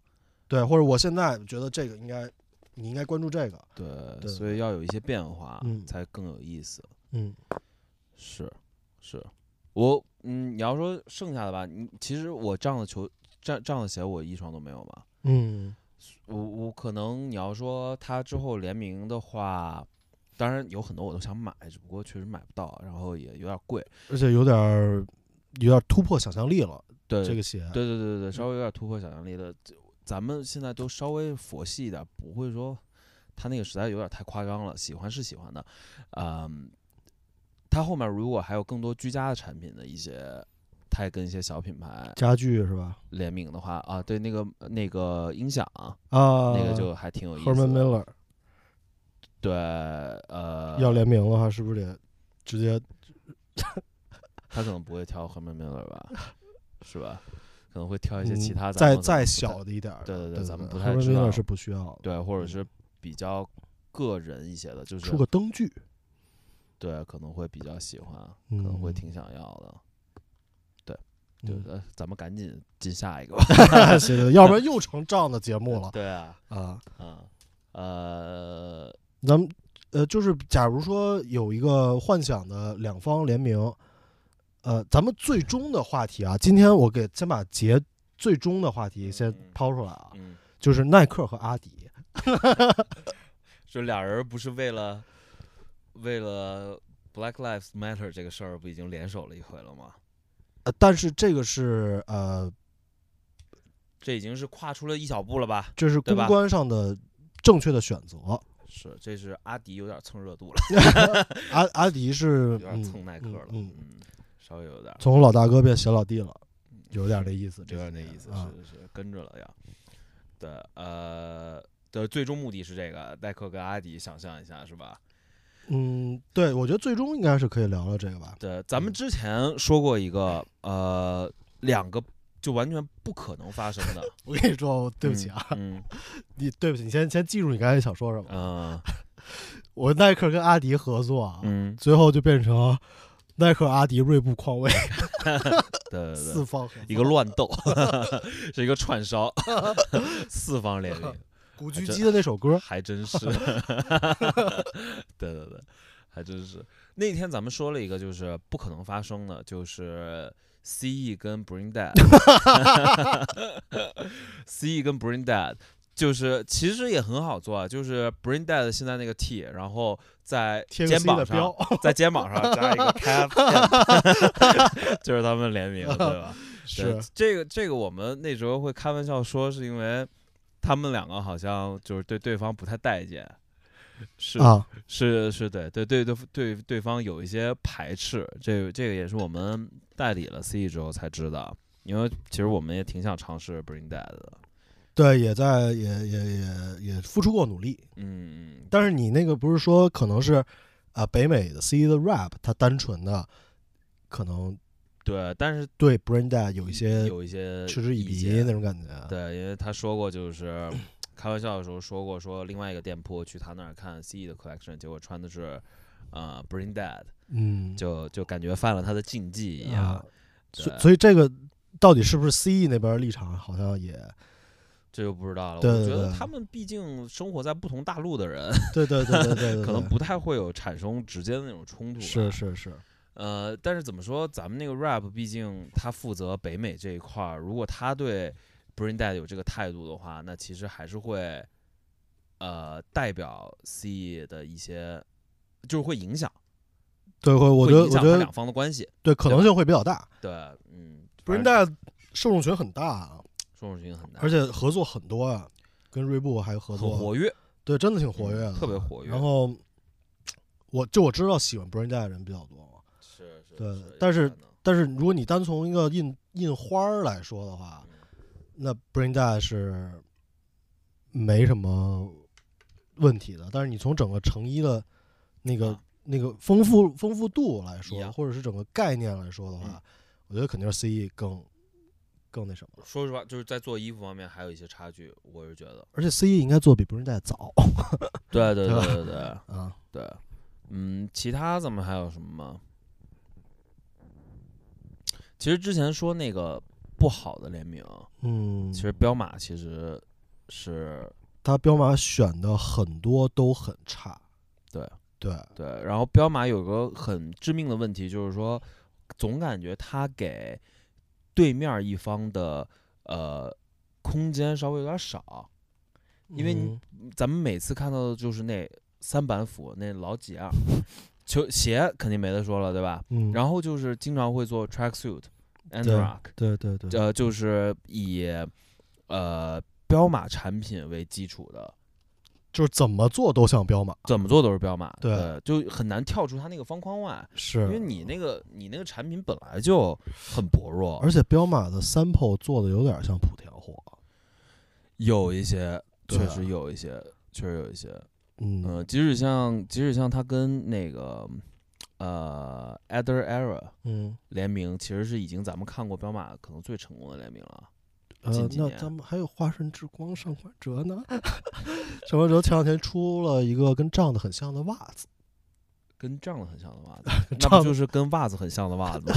C: 对，或者我现在觉得这个应该你应该关注这个，
A: 对，
C: 对
A: 所以要有一些变化
C: 嗯，
A: 才更有意思。
C: 嗯
A: 是是，我嗯，你要说剩下的吧，你其实我这样的球，这这样的鞋我一双都没有嘛。
C: 嗯
A: 我我可能你要说它之后联名的话，当然有很多我都想买，只不过确实买不到，然后也有点贵。
C: 而且有点儿有点儿突破想象力了，
A: 对，
C: 这个鞋，
A: 对对对对，稍微有点突破想象力的。这咱们现在都稍微佛系一点，不会说他那个实在有点太夸张了。喜欢是喜欢的，嗯，他后面如果还有更多居家的产品的一些，他也跟一些小品牌
C: 家具是吧？
A: 联名的话啊，对那个那个音响、
C: 啊，
A: 那个就还挺有意
C: Herman
A: 思的。
C: Miller
A: 对，呃，
C: 要联名的话，是不是得直接
A: 他可能不会挑 Herman Miller 吧，是吧？可能会挑一些
C: 嗯
A: 其他咱
C: 再
A: 们可能
C: 再
A: 不太
C: 小的一点儿
A: 对
C: 的，
A: 对对
C: 对，
A: 咱们
C: 对
A: 不太
C: Herman
A: 知
C: Miller
A: 道
C: 是不需要的，
A: 对，或者是比较个人一些的，就是
C: 出个灯具，
A: 对，可能会比较喜欢，可能会
C: 嗯
A: 挺想要的。对
C: 对， (laughs)
A: 呃咱们赶紧进下一个吧。
C: 行行，要
A: (laughs)
C: 不然又成这样的节目了
A: 对啊，
C: 啊。
A: 嗯，呃，
C: 咱们呃，就是假如说有一个幻想的两方联名，呃，咱们最终的话题啊，今天我给先把结最终的话题先
A: 嗯
C: 抛出来啊，
A: 嗯，
C: 就是耐克和阿
A: (laughs)
C: 迪，
A: 就俩人不是为了为了 Black Lives Matter 这个事儿，不已经联手了一回了吗？
C: 呃，但是这个是呃，
A: 这已经是跨出了一小步了吧？
C: 这是
A: 对
C: 公
A: 吧
C: 关上的正确的选
A: (laughs)
C: 择。
A: 是，这是阿迪有点蹭热度了，
C: 阿阿迪是
A: 有点蹭
C: 嗯
A: 耐克了，
C: 嗯嗯
A: 嗯，稍微有点儿，
C: 从老大哥变小老弟了，有点那意思，
A: 有点那
C: 这几
A: 意
C: 年
A: 思，
C: 啊。
A: 是是是，跟着了要。对，呃，的最终目的是这个，耐克跟阿迪，想象一下是吧？
C: 嗯，对，我觉得最终应该是可以聊聊这个吧。
A: 对，咱们
C: 嗯
A: 之前说过一个，呃，两个就完全不可能发生的，
C: 我跟你说， (laughs) 对不起啊，
A: 嗯，
C: (laughs) 你对不起，你先先记住你刚才想说什么。
A: 嗯
C: 我耐克跟阿迪合作啊，
A: 嗯，
C: 最后就变成耐克、阿迪、锐步、匡威
A: 对对
C: 四
A: 对，
C: 方合作
A: 一个乱斗， (laughs) 是一个串
C: (laughs)
A: 烧，四方联名，
C: 古巨基的那首歌，
A: 还真
C: (laughs)
A: 是，对对对，还真是。那天咱们说了一个，就是不可能发生的，就是 C E 跟 Bring (laughs) Dad，C E 跟 Bring Dad，就是其实也很好做啊，就是 Bring Dad 现在那个 T，然后在
C: 贴个
A: 肩
C: C
A: 膀
C: 的
A: 上
C: 标， (laughs)
A: 在肩膀上加一个 Cap，就是
C: (laughs)
A: 他们联名，对吧？对
C: 是
A: 这个这个，我们那时候会开玩笑说，是因为他们两个好像就是对对方不太待见，
C: (laughs)
A: 是
C: 啊，
A: 是是对对对对对对方有一些排斥，这这个也是我们代理了 C 之后才知道，因为其实我们也挺想尝试 Bring Dead 的，
C: 对，也在也也也也付出过努力，
A: 嗯嗯，
C: 但是你那个不是说可能是啊、呃北美的 C 的 rap，它单纯的可能
A: 对，但是
C: 对 Brain Dead 有一些
A: 有一些
C: 嗤之以
A: 意
C: 鼻
A: 见
C: 那种感觉。
A: 对，因为他说过，就是开玩笑的时候说过，说另外一个店铺去他那儿看 CE 的 collection，结果穿的是呃 Bring Dead，
C: 嗯，
A: 就就感觉犯了他的禁忌一样。
C: 啊，所
A: 对
C: 所以这个到底是不是 CE 那边立场，好像也
A: 这就不知道了。
C: 对
A: 我
C: 对
A: 觉得
C: 对
A: 他们毕竟生活在不同大陆的人，
C: 对对对对对对对，
A: (laughs) 可能不太会有产生直接的那种冲突吧。
C: 是是是，
A: 呃，但是怎么说，咱们那个 rap 毕竟他负责北美这一块儿，如果他对 Brain Dead 有这个态度的话，那其实还是会呃代表 C 的一些，就是会影响，
C: 对，会我
A: 会
C: 觉得
A: 影
C: 我
A: 响
C: 觉
A: 他
C: 得
A: 两方的关系。
C: 对可能性会比较大。
A: 对，嗯
C: Brain
A: 反正
C: Dead 受众群很大啊，
A: 受众群很大，
C: 而且合作很多啊，跟锐步还有合
A: 很
C: 作，啊
A: 活跃，
C: 对，真的挺活跃的，
A: 嗯特别活跃
C: 然后我就我知道喜欢 Brain Dead 的人比较多嘛，
A: 是是
C: 对
A: 是有
C: 但是
A: 可能
C: 但是如果你单从一个印印花儿来说的话，
A: 嗯
C: 那 Brain Dead 是没什么问题的。但是你从整个成衣的那个、
A: 啊
C: 那个丰富丰富度来
A: 一
C: 说，
A: 样
C: 或者是整个概念来说的话，
A: 嗯
C: 我觉得肯定是 CE 更更那什么了。
A: 说实话，就是在做衣服方面还有一些差距，我是觉得，
C: 而且 CE 应该做比 Brain Dead
A: (laughs)
C: 早
A: 对对
C: 对吧
A: 对对对
C: 啊。
A: 对，嗯，其他咱们还有什么吗？其实之前说那个不好的联名，
C: 嗯，
A: 其实彪马其实是
C: 他彪马选的很多都很差。
A: 对
C: 对，
A: 对，然后彪马有个很致命的问题，就是说总感觉他给对面一方的呃空间稍微有点少，因为你
C: 嗯
A: 咱们每次看到的就是那三板斧那老几样， (laughs) 球鞋肯定没得说了，对吧？
C: 嗯，后
A: 然后就是经常会做 tracksuit、anorak，
C: 对嗯对对，
A: 呃，就是以呃彪马产品为基础的，
C: 就是怎么做都像彪马，
A: 怎么做都是彪马，
C: 对
A: 呃就很难跳出它那个方框外，
C: 是
A: 因为你那个你那个产品本来就很薄弱
C: 而，且彪马的 sample 做的有点像莆田货，
A: 有一些
C: 对
A: 确
C: 啊
A: 实有一些，确实有一些，
C: 嗯，
A: 呃，即使像即使像它跟那个呃 Other Era
C: 嗯，
A: 联名，其实是已经咱们看过彪马可能最成功的联名了。
C: 呃
A: 近，几
C: 那
A: 年
C: 咱们还有华盛之光上官哲呢， (laughs) 上官哲前两天出了一个跟帐的很像的袜
A: (laughs)
C: 子，
A: 跟帐子很像的袜子
C: (laughs) 跟，
A: 那
C: 帐
A: 不
C: 子
A: 就是跟袜子很像的袜
C: (laughs)
A: 子吗？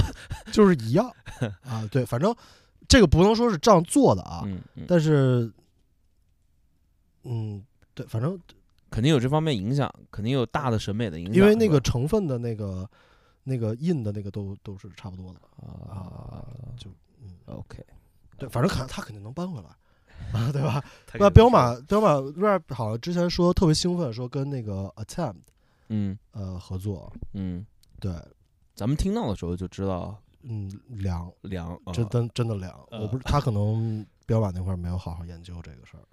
C: 就是一样啊，对，反正这个不能说是帐做的啊，
A: 嗯，嗯
C: 但是，嗯，对，反正
A: 肯定有这方面影响，肯定有大的审美的影响。
C: 因为那
A: 是吧
C: 个成分的那个那个印的那个都都是差不多的，
A: 啊
C: 就嗯，
A: ，OK，
C: 对，反正肯他肯定能搬回来啊，对吧？
A: 他
C: 那
A: 给
C: 彪
A: 他
C: 马
A: 说，
C: 彪马 rap 好像之前说特别兴奋，说跟那个 attempt
A: 嗯
C: 呃合作，
A: 嗯，
C: 对，
A: 咱们听到的时候就知道
C: 嗯，凉，
A: 凉，啊
C: 真真真的凉。
A: 呃
C: 我不是他可能彪马那块儿没有好好研究这个事儿，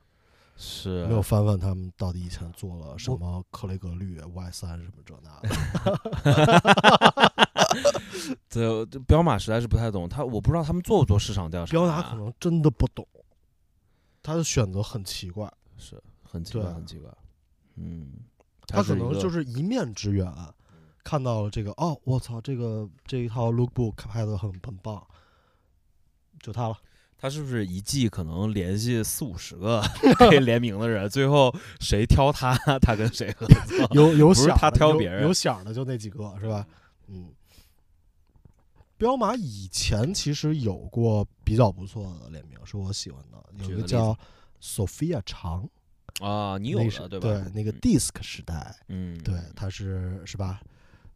A: 是
C: 没有翻翻他们到底以前做了什么克雷格律 Y 三什么这那
A: (laughs)
C: 的。
A: 这这彪马实在是不太懂，他我不知道他们做不做市场调查啊，
C: 彪马可能真的不懂，他的选择很奇怪，
A: 是很奇怪，
C: 对啊
A: 很奇怪，嗯，
C: 他可能就是是一面之缘，看到了这个哦，我操，这个这一套 lookbook 拍的很很棒，就他
A: (laughs)
C: 了。
A: 他是不是一季可能联系四五十个 (laughs) 可以联名的人，最后谁挑他，他跟谁合作？
C: 有有
A: 不是
C: 响的，
A: 他挑
C: 有
A: 别人
C: 有响的就那几个是吧？嗯，彪马以前其实有过比较不错的联名，是我喜欢的，有
A: 举个
C: 一
A: 例
C: 个叫 Sophia 长，
A: 啊，你有
C: 那
A: 的
C: 是
A: 对吧？
C: 对那个 Disc 时代，
A: 嗯，
C: 对，他是是吧？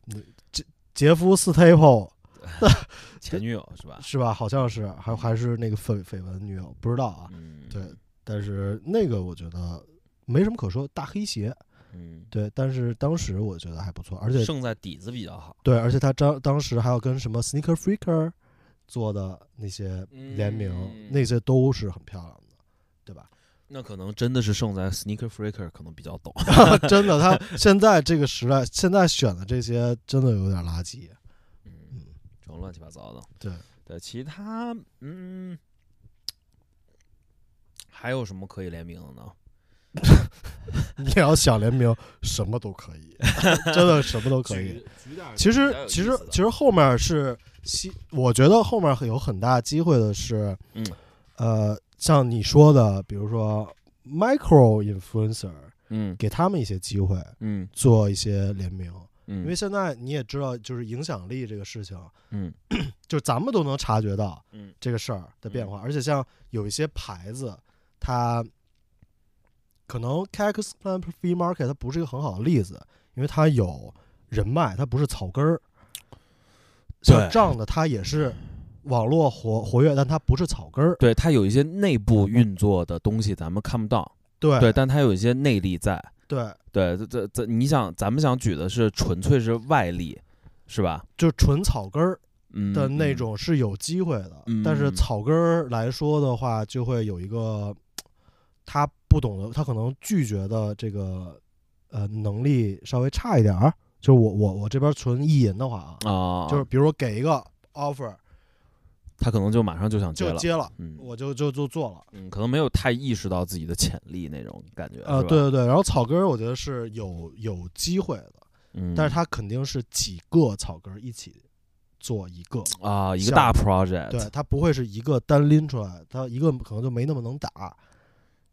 C: 那杰杰夫斯 Staple
A: 前女友是吧？
C: 是吧？好像是，还还是那个绯绯闻女友，不知道啊。
A: 嗯，
C: 对，但是那个我觉得没什么可说，大黑鞋，
A: 嗯，
C: 对，但是当时我觉得还不错，而且
A: 胜在底子比较好。
C: 对，而且他当当时还要跟什么 Sneaker Freaker 做的那些联名，
A: 嗯 (laughs)
C: 那些都是很漂亮的，对吧？ (laughs)
A: 那可能真的是胜在 Sneaker Freaker 可能比较
C: (laughs)
A: 懂。
C: 真的，他现在这个时代，现在选的这些真的有点垃圾。
A: 嗯，这种乱七八糟的。
C: 对
A: 对，其他嗯，还有什么可以联名的呢？
C: 你要想联名，什么都可以， (laughs) 真的什么都可以。
D: 举举点儿
C: 其
D: 比
C: 实
D: 较有，
C: 其
D: 意
C: 实
D: 思，的
C: 其实后面是希，我觉得后面有很大机会的是，
A: 嗯，
C: 呃，像你说的，比如说 micro influencer，
A: 嗯
C: 给他们一些机会
A: 嗯
C: 做一些联名，
A: 嗯，
C: 因为现在你也知道，就是影响力这个事情，
A: 嗯
C: 就是咱们都能察觉到
A: 嗯
C: 这个事儿的变化，而且像有一些牌子，它可能 Cactus Plant Free Market 它不是一个很好的例子，因为它有人脉，它不是草根儿。像
A: 对
C: 这样的，它也是网络活活跃，但它不是草根儿。
A: 对它有一些内部运作的东西，咱们看不到。
C: (laughs) 对
A: 对，但它有一些内力在。
C: 对
A: 对，这这这，你想，咱们想举的是纯粹是外力，是吧？
C: 就纯草根儿
A: 嗯
C: 的那
A: 嗯
C: 种是有机会的，
A: 嗯
C: 但是草根儿来说的话，就会有一个他不懂的，他可能拒绝的这个呃能力稍微差一点儿。就是我我我这边纯意淫的话啊，
A: 啊，
C: 就是比如我给一个 offer
A: 他可能就马上就想接
C: 就
A: 了，
C: 接了，
A: 嗯
C: 我就就就做了。
A: 嗯，可能没有太意识到自己的潜力那种感觉，
C: 呃，
A: 是吧
C: 对，对对，然后草根儿我觉得是有有机会的，
A: 嗯，
C: 但是他肯定是几个草根儿一起做一个，
A: 啊，一个
C: 像
A: 大 project，
C: 对，他不会是一个单拎出来，他一个可能就没那么能打，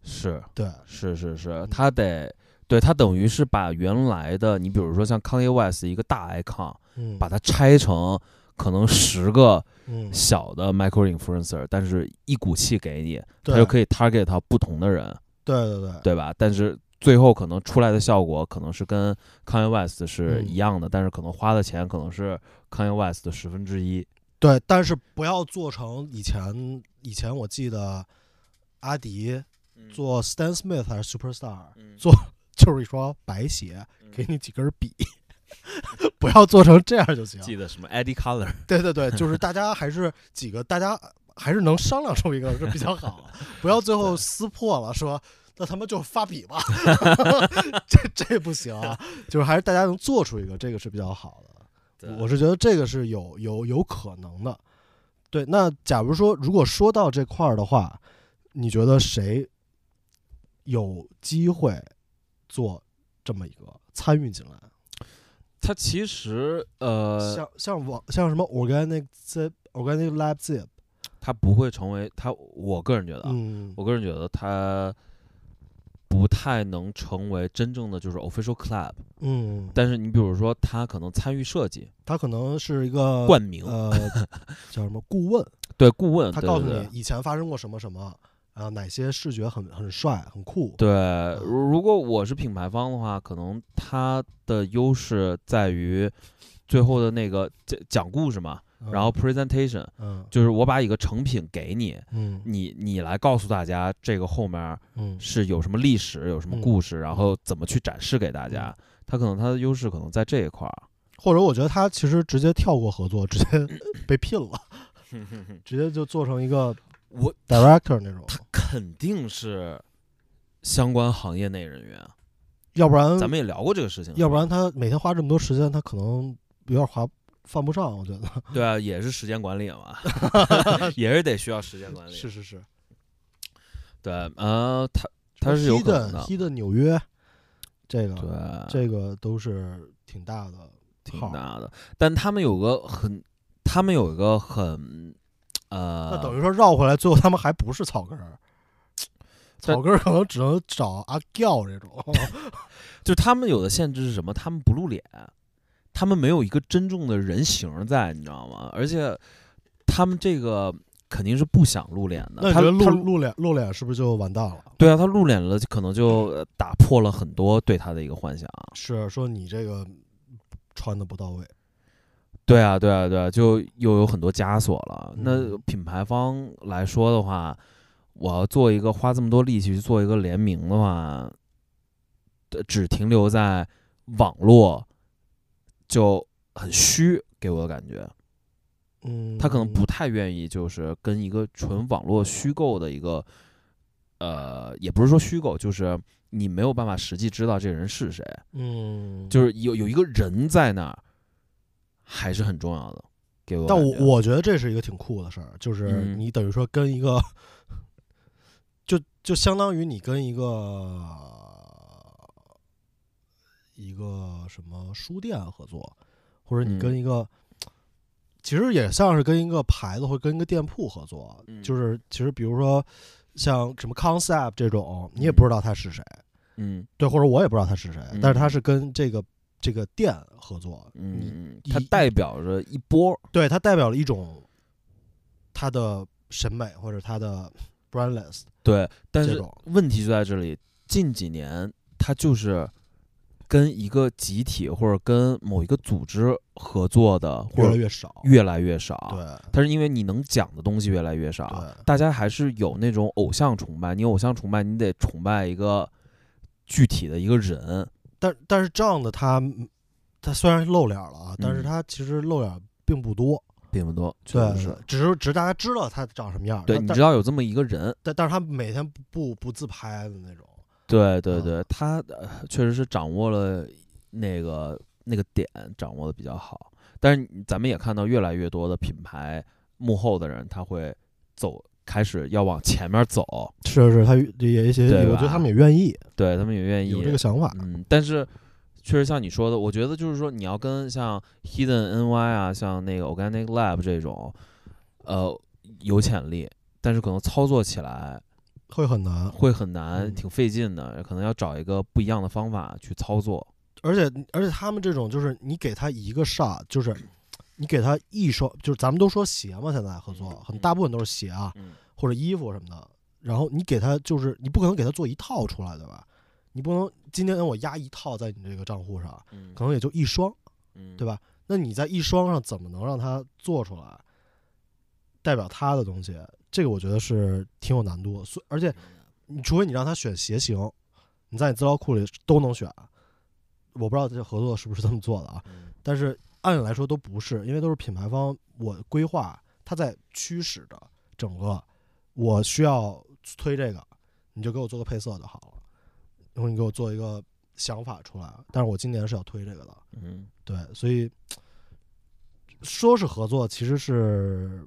A: 是
C: 对，
A: 是是
C: 嗯
A: 是，他得对他等于是把原来的你，比如说像 Kanye West 一个大 icon，
C: 嗯，
A: 把它拆成可能十个
C: 嗯，
A: 小的 micro influencer，但是一股气给你，他
C: 对
A: 就可以 target 到不同的人，
C: 对对对
A: 对吧？但是最后可能出来的效果可能是跟 Kanye West 是
C: 嗯
A: 一样的，但是可能花的钱可能是 Kanye West 的十分之一。
C: 对，但是不要做成以前以前我记得阿迪做 Stan Smith 还是 Superstar，、
A: 嗯
C: 做就是一双白鞋，
A: 嗯
C: 给你几根笔， (laughs) 不要做成这样就行。
A: 记得什么 Eddie
C: (laughs)
A: Color，
C: 对对对，就是大家还是几个大家还是能商量出一个是比
A: (laughs)
C: 较好，不要最后撕破了说。那他妈就发笔吧， (laughs) 这这不行啊！就是还是大家能做出一个，这个是比较好的。我是觉得这个是有有有可能的。对，那假如说如果说到这块儿的话，你觉得谁有机会做这么一个参与进来？
A: 他其实呃，
C: 像像网像什么 organic zip organic lab zip，
A: 他不会成为他，我个人觉得啊，
C: 嗯
A: 我个人觉得他不太能成为真正的就是 official club，
C: 嗯，
A: 但是你比如说他可能参与设计、
C: 他可能是一个
A: 冠名，
C: 呃叫什么
A: (laughs)
C: 顾问，
A: 对顾问，
C: 他
A: 对
C: 告诉
A: 对对
C: 你以前发生过什么什么，然后哪些视觉很很帅很酷，
A: 对，如如果我是品牌方的话，可能它的优势在于最后的那个讲讲故事嘛，
C: 嗯
A: 然后 presentation，
C: 嗯
A: 就是我把一个成品给你，
C: 嗯
A: 你你来告诉大家这个后面
C: 嗯
A: 是有什么历史，有什么
C: 嗯
A: 故事，然后怎么去展示给大家。它可能它的优势可能在这一块儿。
C: 或者我觉得他其实直接跳过合作，直接
A: 嗯
C: 被
A: (laughs)
C: 聘了，直接就做成一个
A: 我
C: (laughs) director 那种，
A: 肯定是相关行业内人员，啊
C: 要不然
A: 咱们也聊过这个事情，
C: 要不然他每天花这么多时间，他可能有点花犯不上，我觉得
A: 对啊，也是时间管理 (laughs) 嘛，也是得需要时间管理。
C: 是是是，
A: 对，呃，他他是有可能
C: Hidden
A: 的，
C: Hidden 纽约这个
A: 对，
C: 这个都是挺大的，
A: 挺
C: 号
A: 大的。但他们有个很，他们有一个很，
C: 那等
A: 呃，
C: 于说绕回来，最后他们还不是草根
A: (sniffs)
C: 儿。
A: 但
C: 草根儿可能只能找阿 giao 这种，
A: 就是他们有的限制是什么？他们不露脸，他们没有一个真正的人形在，你知道吗？而且他们这个肯定是不想露脸的。
C: 那你
A: 他
C: 觉得露
A: 他
C: 露脸露脸是不是就完蛋了？
A: 对啊，他露脸了，就可能就
C: 嗯
A: 呃打破了很多对他的一个幻想。
C: 是说你这个穿的不到位，
A: 对啊，对啊，对啊，就又有很多枷锁了。那
C: 嗯
A: 品牌方来说的话，我要做一个花这么多力气去做一个联名的话，呃只停留在网络，就很虚，给我的感觉。
C: 嗯，
A: 他可能不太愿意，就是跟一个纯网络虚构的一个呃，也不是说虚构，就是你没有办法实际知道这个人是谁，
C: 嗯，
A: 就是有有一个人在那儿，还是很重要的。给我
C: 但
A: 感
C: 我
A: 觉
C: 我觉得这是一个挺酷的事儿，就是
A: 啊嗯
C: 你等于说跟一个，就就相当于你跟一个一个什么书店合作，或者你
A: 嗯
C: 跟一个，其实也像是跟一个牌子或者跟一个店铺合作，
A: 嗯
C: 就是其实比如说像什么 Concept 这种，你也不知道他是谁，
A: 嗯
C: 对，或者我也不知道他是谁，
A: 嗯
C: 但是他是跟这个这个店合作，你
A: 嗯，嗯
C: 一
A: 它代表着一波，
C: 对，它代表了一种他的审美或者他的 brandless
A: 对，但
C: 这
A: 是
C: 种，
A: 问题就在这里，近几年它就是跟一个集体或者跟某一个组织合作的，或
C: 越来
A: 者
C: 越少。
A: 越来越少。啊
C: 对，
A: 它是因为你能讲的东西越来越少，
C: 对
A: 大家还是有那种偶像崇拜。你偶像崇拜，你得崇拜一个具体的一个人。
C: 但但是这样的他，他虽然露脸了啊，但是
A: 嗯
C: 他其实露脸并不多。
A: 并不多，确
C: 对
A: 实是。，
C: 只是只是大家知道他长什么样儿。
A: 对，
C: 但
A: 你知道有这么一个人，
C: 但但是他每天不不不自拍的那种。
A: 对对
C: 啊
A: 对，他呃确实是掌握了那个那个点，掌握的比较好。但是咱们也看到越来越多的品牌幕后的人，他会走，开始要往前面走，
C: 是是，他也一些
A: 对
C: 我觉得
A: 吧
C: 他们也愿意
A: 对他们也愿意
C: 有这个想法。
A: 嗯，但是确实像你说的，我觉得就是说你要跟像 Hidden NY 啊，像那个 Organic Lab 这种，呃，有潜力，但是可能操作起来
C: 会很难，
A: 会很难，
C: 嗯
A: 挺费劲的，可能要找一个不一样的方法去操作。
C: 而且而且他们这种就是你给他一个 shot，就是
A: (clears throat)
C: 你给他一双，就是咱们都说鞋嘛，现在合作
A: 嗯
C: 很
A: 嗯
C: 大部分都是鞋啊
A: 嗯。
C: 或者衣服什么的，然后你给他就是你不可能给他做一套出来，对吧？你不能今天我压一套在你这个账户上，
A: 嗯
C: 可能也就一双，
A: 嗯
C: 对吧？那你在一双上怎么能让他做出来代表他的东西？这个我觉得是挺有难度的，所以而且你除非你让他选鞋型，你在你资料库里都能选。我不知道这合作是不是这么做的啊，
A: 嗯
C: 但是按理来说都不是，因为都是品牌方我规划，它在驱使着整个我需要推这个，你就给我做个配色就好了，然后你给我做一个想法出来，但是我今年是要推这个的，
A: 嗯，
C: 对，所以说是合作，其实是，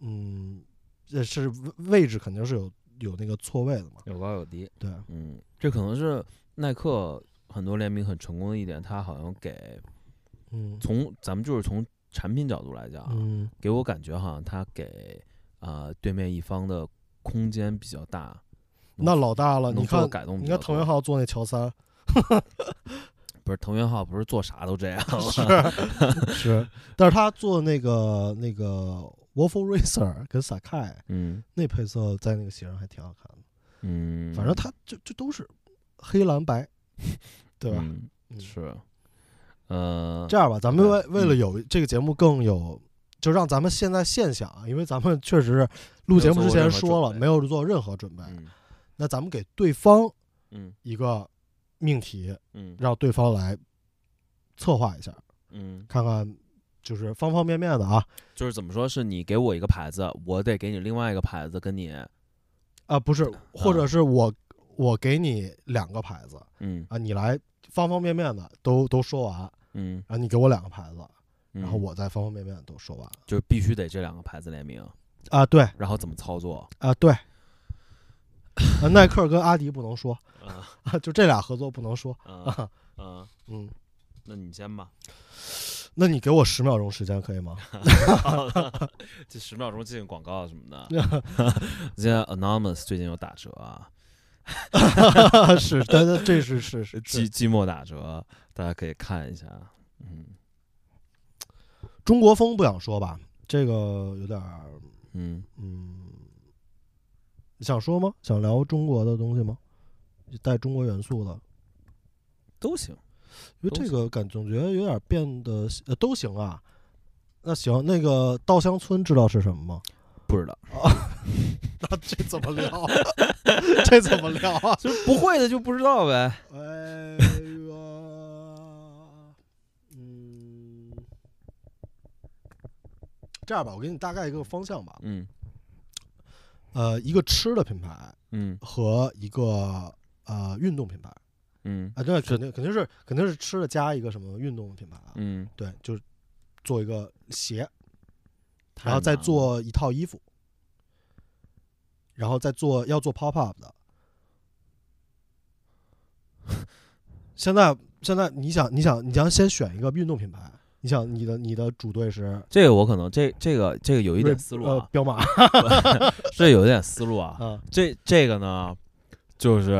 C: 嗯，这是位位置肯定是有有那个错位的嘛，
A: 有高有低。
C: 对，
A: 嗯，这可能是耐克很多联名很成功的一点，它好像给
C: 嗯
A: 从咱们就是从产品角度来讲啊，
C: 嗯
A: 给我感觉好像它给呃对面一方的空间比较大。
C: 那老大了，
A: 能
C: 你
A: 做
C: 看
A: 的改动比
C: 你
A: 较
C: 看藤原
A: 多
C: 浩做那乔
A: (laughs)
C: 三
A: 不是藤原浩，不是做啥都这
C: (laughs)
A: 样。
C: 是，但是他做那个那个 Waffle Racer 跟 Sakai
A: 嗯
C: 那配色在那个鞋上还挺好看的，
A: 嗯，
C: 反正他就就都是黑
A: (laughs)
C: 蓝白，对吧？
A: 嗯
C: 嗯
A: 是，呃，
C: 这样吧，咱们为
A: 嗯
C: 为了有这个节目更有，就让咱们现在现想啊，因为咱们确实是录节目之前说了没
A: 没
C: 有做任何准备，
A: 嗯
C: 那咱们给对方
A: 嗯
C: 一个命题，
A: 嗯
C: 让对方来策划一下，
A: 嗯，
C: 看看就是方方面面的啊
A: 就是怎么说是你给我一个牌子，我得给你另外一个牌子跟你
C: 啊，不
A: 嗯
C: 是，或者是我我给你两个牌子
A: 嗯
C: 啊，你来方方面面的都都说完，
A: 嗯，
C: 然后你给我两个牌子，
A: 然
C: 然后我再方方面面都说完
A: 就是必须得这两个牌子联名，
C: 啊，对
A: 然后怎么操作？
C: 啊对。啊耐克跟阿迪不能说，
A: 啊
C: 啊， (laughs) 就这俩合作不能说
A: 啊
C: (laughs) 啊。
A: 啊！
C: 嗯，
A: 那你先
C: (laughs)
A: 吧，
C: 那你给我十秒钟时间可以 (laughs) 吗？
A: 这十秒钟进广告什么
C: (laughs)
A: 的。现在 Anonymous 最近有打折啊，
C: 是，但但这是是 (laughs) 是
A: 季
C: 是
A: 季末打折，大家可以看一下。嗯
C: 中国风不想说吧？这个有点儿，
A: 嗯，
C: 嗯，想说吗？想聊中国的东西吗？带中国元素的，
A: 都行。
C: 因为
A: 都
C: 这个感总觉得有点变得呃都行啊。那行，那个稻香村知道是什么吗？
A: 不知道，
C: (laughs) 那这怎么聊？啊 (laughs) 这怎么聊啊？
A: 就是不会的就不知道呗。
C: 哎呀，嗯，这样吧，我给你大概一个方向吧。
A: 嗯
C: 呃一个吃的品牌
A: 嗯
C: 和一个呃运动品牌
A: 嗯
C: 啊，对，肯定肯定是肯定是吃的加一个什么运动品牌啊，
A: 嗯，
C: 对，就是做一个鞋，
A: 太
C: 然后再
A: 难了
C: 做一套衣服，然后再做要做 pop up 的。现在现在你想你想你想先选一个运动品牌，你想你的你的主队是
A: 这个我可能这这个这个有一
C: 瑞
A: 点思路
C: 呃
A: 啊，
C: 彪马呃
A: (laughs) 这有一点思路啊，
C: 啊，
A: 这这个呢，就是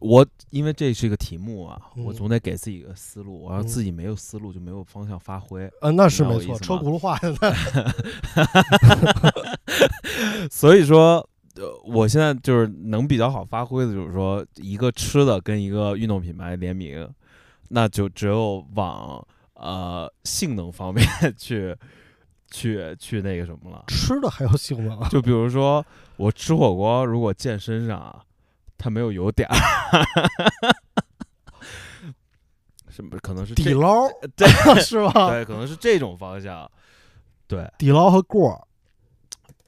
A: 我因为这是一个题目啊，我
C: 嗯
A: 总得给自己一个思路，我要
C: 嗯
A: 自己没有思路就没有方向发挥，
C: 呃那是
A: 明白
C: 没
A: 我意
C: 错，
A: 思
C: 车
A: 吗
C: 轱辘话
A: (laughs)
C: 现在
A: 所以说。呃，我现在就是能比较好发挥的，就是说一个吃的跟一个运动品牌联名，那就只有往呃性能方面 (laughs) 去去去那个什么了。
C: 吃的还有性能啊，
A: 就比如说我吃火锅，如果溅身上啊，它没有油点儿，什么可能是
C: 底
A: (laughs) 这
C: 捞 (laughs) 儿
A: 这
C: 是吧？
A: 对，可能是这种方向，对
C: 底捞和过儿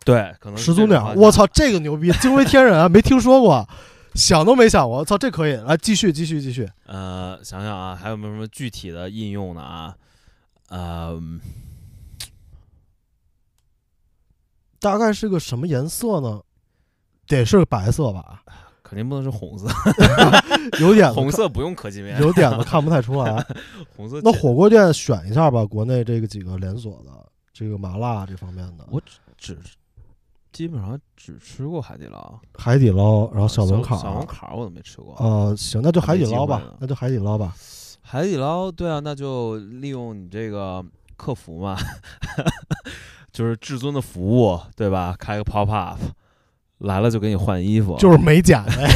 A: 对，可能是
C: 始祖
A: 这种
C: 鸟，
A: 方
C: 我
A: 向
C: 操，这个牛逼，惊为天人啊！没听说过，想都没想过，操，这可以，来继续，继续，继续。
A: 呃，想想啊，还有没有什么具体的应用呢啊？呃，
C: 大概是个什么颜色呢？得是白色吧， (laughs)
A: 肯定不能是红色，
C: 有点子
A: 红色不用可进面
C: 看，，有点子看不太
A: (laughs)
C: 出来。
A: 红色
C: 那
A: 简
C: 火锅店选一下吧，国内这个几个连锁的，这个麻辣这方面的，
A: 我只基本上只吃过海底捞，
C: 海底捞，然后哦小龙
A: 小小龙
C: 坎。
A: 坎儿我都没吃过。
C: 呃，行，那就海底捞
A: 还没机
C: 吧
A: 会呢，
C: 那就海底捞吧。
A: 海底捞，对啊，那就利用你这个客服嘛， (laughs) 就是至尊的服务，对吧？开个 pop up，来了就给你换衣服，
C: 就是美甲呗，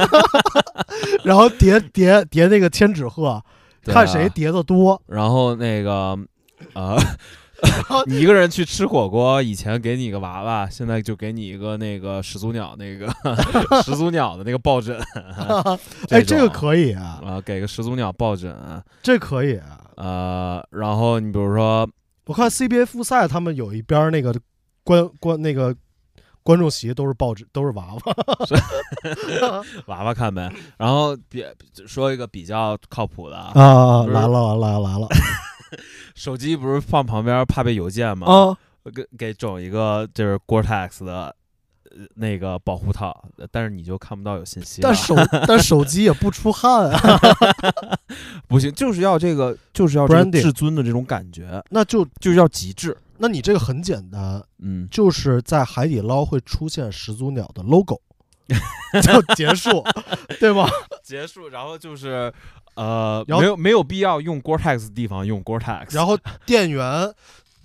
A: (laughs)
C: (laughs) 然后叠叠叠那个千纸鹤，
A: 对啊
C: 看谁。叠的多。
A: 然后那个，
C: (laughs)
A: 呃，
C: 后
A: 你一个人去吃火锅，以前给你一个娃娃，现在就给你一个那个始祖鸟那个 (laughs) 始祖鸟的那个抱枕，
C: (laughs) 哎，
A: (laughs) 这
C: 这
A: 种
C: 个可以啊，
A: 啊、给个始祖鸟抱枕，
C: 这可以啊。
A: 呃，然后你比如说，
C: 我看 CBA 复赛他们有一边儿那个观观那个观众席都是报纸，都是娃娃
A: 娃娃看呗，然后别说一个比较靠谱的
C: (laughs)
A: 啊
C: 啊，
A: 不是
C: 来了来了来了
A: 手机不是放旁边怕被邮件吗？
C: (laughs) 啊！
A: 给给整一个就是 Gore-Tex 的呃那个保护套，但是你就看不到有信息了。
C: 但手 (laughs) 但手机也不出汗啊， (laughs)
A: 不行，就是要这个，就是要这个
C: Branding
A: 至尊的这种感觉，
C: 那就
A: 就是要极致。
C: 那你这个很简单，
A: 嗯，
C: 就是在海底捞会出现始祖鸟的 logo，就结束， (laughs) 对吧？
A: 结束，然后就是呃，
C: 然后
A: 没有没有必要用 Gore-Tex 的地方用 Gore-Tex，
C: 然后店员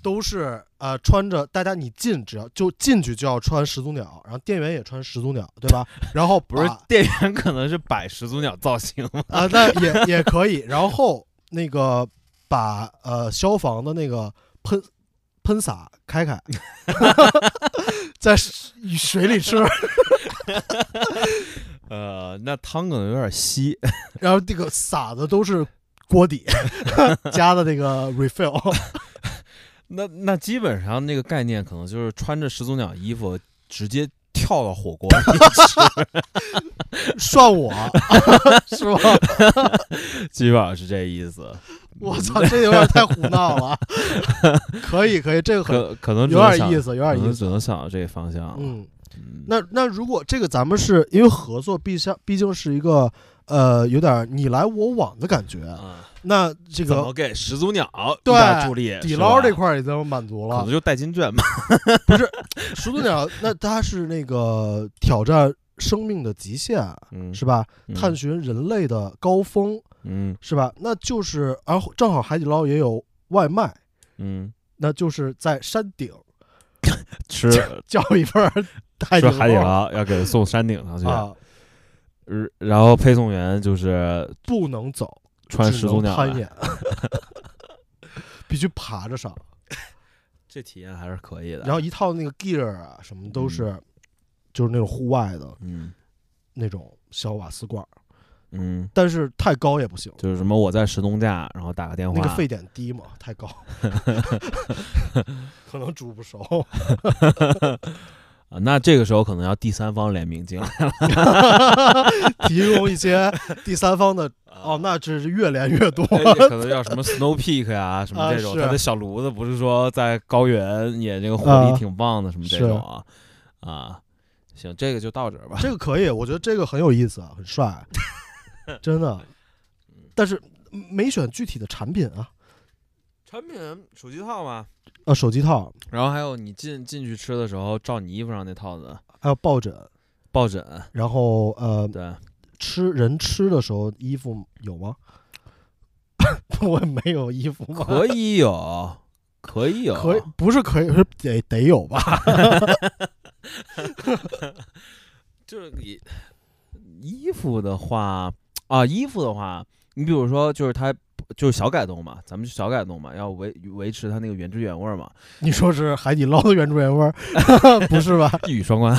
C: 都是呃穿着，大家你进只要就进去就要穿始祖鸟，然后店员也穿始祖鸟，对吧？然后
A: 不是
C: 把
A: 店员可能是摆始祖鸟造型 (laughs) 吗？
C: 啊，那也也可以。然后那个把呃消防的那个喷喷洒
A: (laughs)
C: 开开，在水水里吃，
A: 呃，那汤可能有点稀，
C: 然后这个撒的都是锅底 (laughs) 加的那个 refill，
A: 那那基本上那个概念可能就是穿着始祖鸟衣服直接跳到火锅里吃。
C: 涮我 (laughs) 是吧？
A: (laughs) 基本上是这意思。
C: 我操，这有点太胡闹了。 (laughs) 可以可以，这个很
A: 可可能只
C: 有
A: 能
C: 点
A: 想
C: 意，思，有
A: 可
C: 点
A: 能
C: 意思。
A: 只能想到这个方向。
C: 嗯，
A: 嗯，
C: 那那如果这个咱们是因为合作，毕竟毕竟是一个呃有点你来我往的感觉，
A: 啊
C: 那这
A: 怎
C: 个
A: 么给始祖鸟
C: 对
A: 一大助力？
C: 底
A: 是
C: 捞
A: 吧
C: 这块儿已经满足
A: 可能
C: 了。
A: 就代金券吧。
C: 始祖鸟，那它是那个挑战生命的极限，
A: 嗯，
C: 是吧？
A: 嗯
C: 探寻人类的高峰，
A: 嗯
C: 是吧？那就是，而后正好海底捞也有外卖，
A: 嗯，
C: 那就是在山顶 (laughs)
A: 吃
C: 叫一份儿 (laughs) 海
A: 吃
C: 底
A: 海底
C: 捞
A: 捞要给送山顶上去，
C: 啊，
A: 呃然后配送员就是
C: 不能走，
A: 穿
C: 只
A: 始祖
C: 能
A: 鸟来 (laughs)
C: 攀，岩，必须爬着上。
A: 这体验还是可以的。
C: 然后一套那个 gear 啊，什么都是，就是那种户外的
A: 嗯
C: 那种小瓦斯罐儿，
A: 嗯，
C: 但是太高也不行，
A: 就是什么我在石东架，然后打个电话，
C: 那个沸点低嘛，太
A: (laughs)
C: 高，可能煮不熟。
A: 啊，那这个时候可能要第三方联名进 (laughs) 来。
C: (laughs) 提供一些第三方的哦，那这是越连越多。
A: (laughs)
C: (laughs)
A: 哎可能要什么 Snow Peak 呀，什么这种，
C: 啊是
A: 它的小炉子不是说在高原也这个火力
C: 啊
A: 挺棒的，什么这种啊啊，行，这个就到这儿吧。
C: 这个可以，我觉得这个很有意思，啊
A: (laughs)
C: 很帅，真的。
A: 嗯
C: 但是没选具体的产品啊，
A: 产品手机套嘛，
C: 呃，手机套
A: 然后还有你进进去吃的时候照你衣服上那套子
C: 还有抱枕，
A: 抱枕，
C: 然后呃，
A: 对，
C: 吃人吃的时候衣服有吗？ (laughs) 我没有衣服吗？
A: 可以啊有，可以有，
C: 可以不是可以是得得有吧？ (laughs)
A: 就是你衣服的话啊，衣服的话，你比如说就是它就是小改动嘛，咱们就小改动嘛，要维维持它那个原汁原味儿嘛，
C: 你说是海底捞的原汁原味儿， (laughs) 不是吧？
A: 一语双关，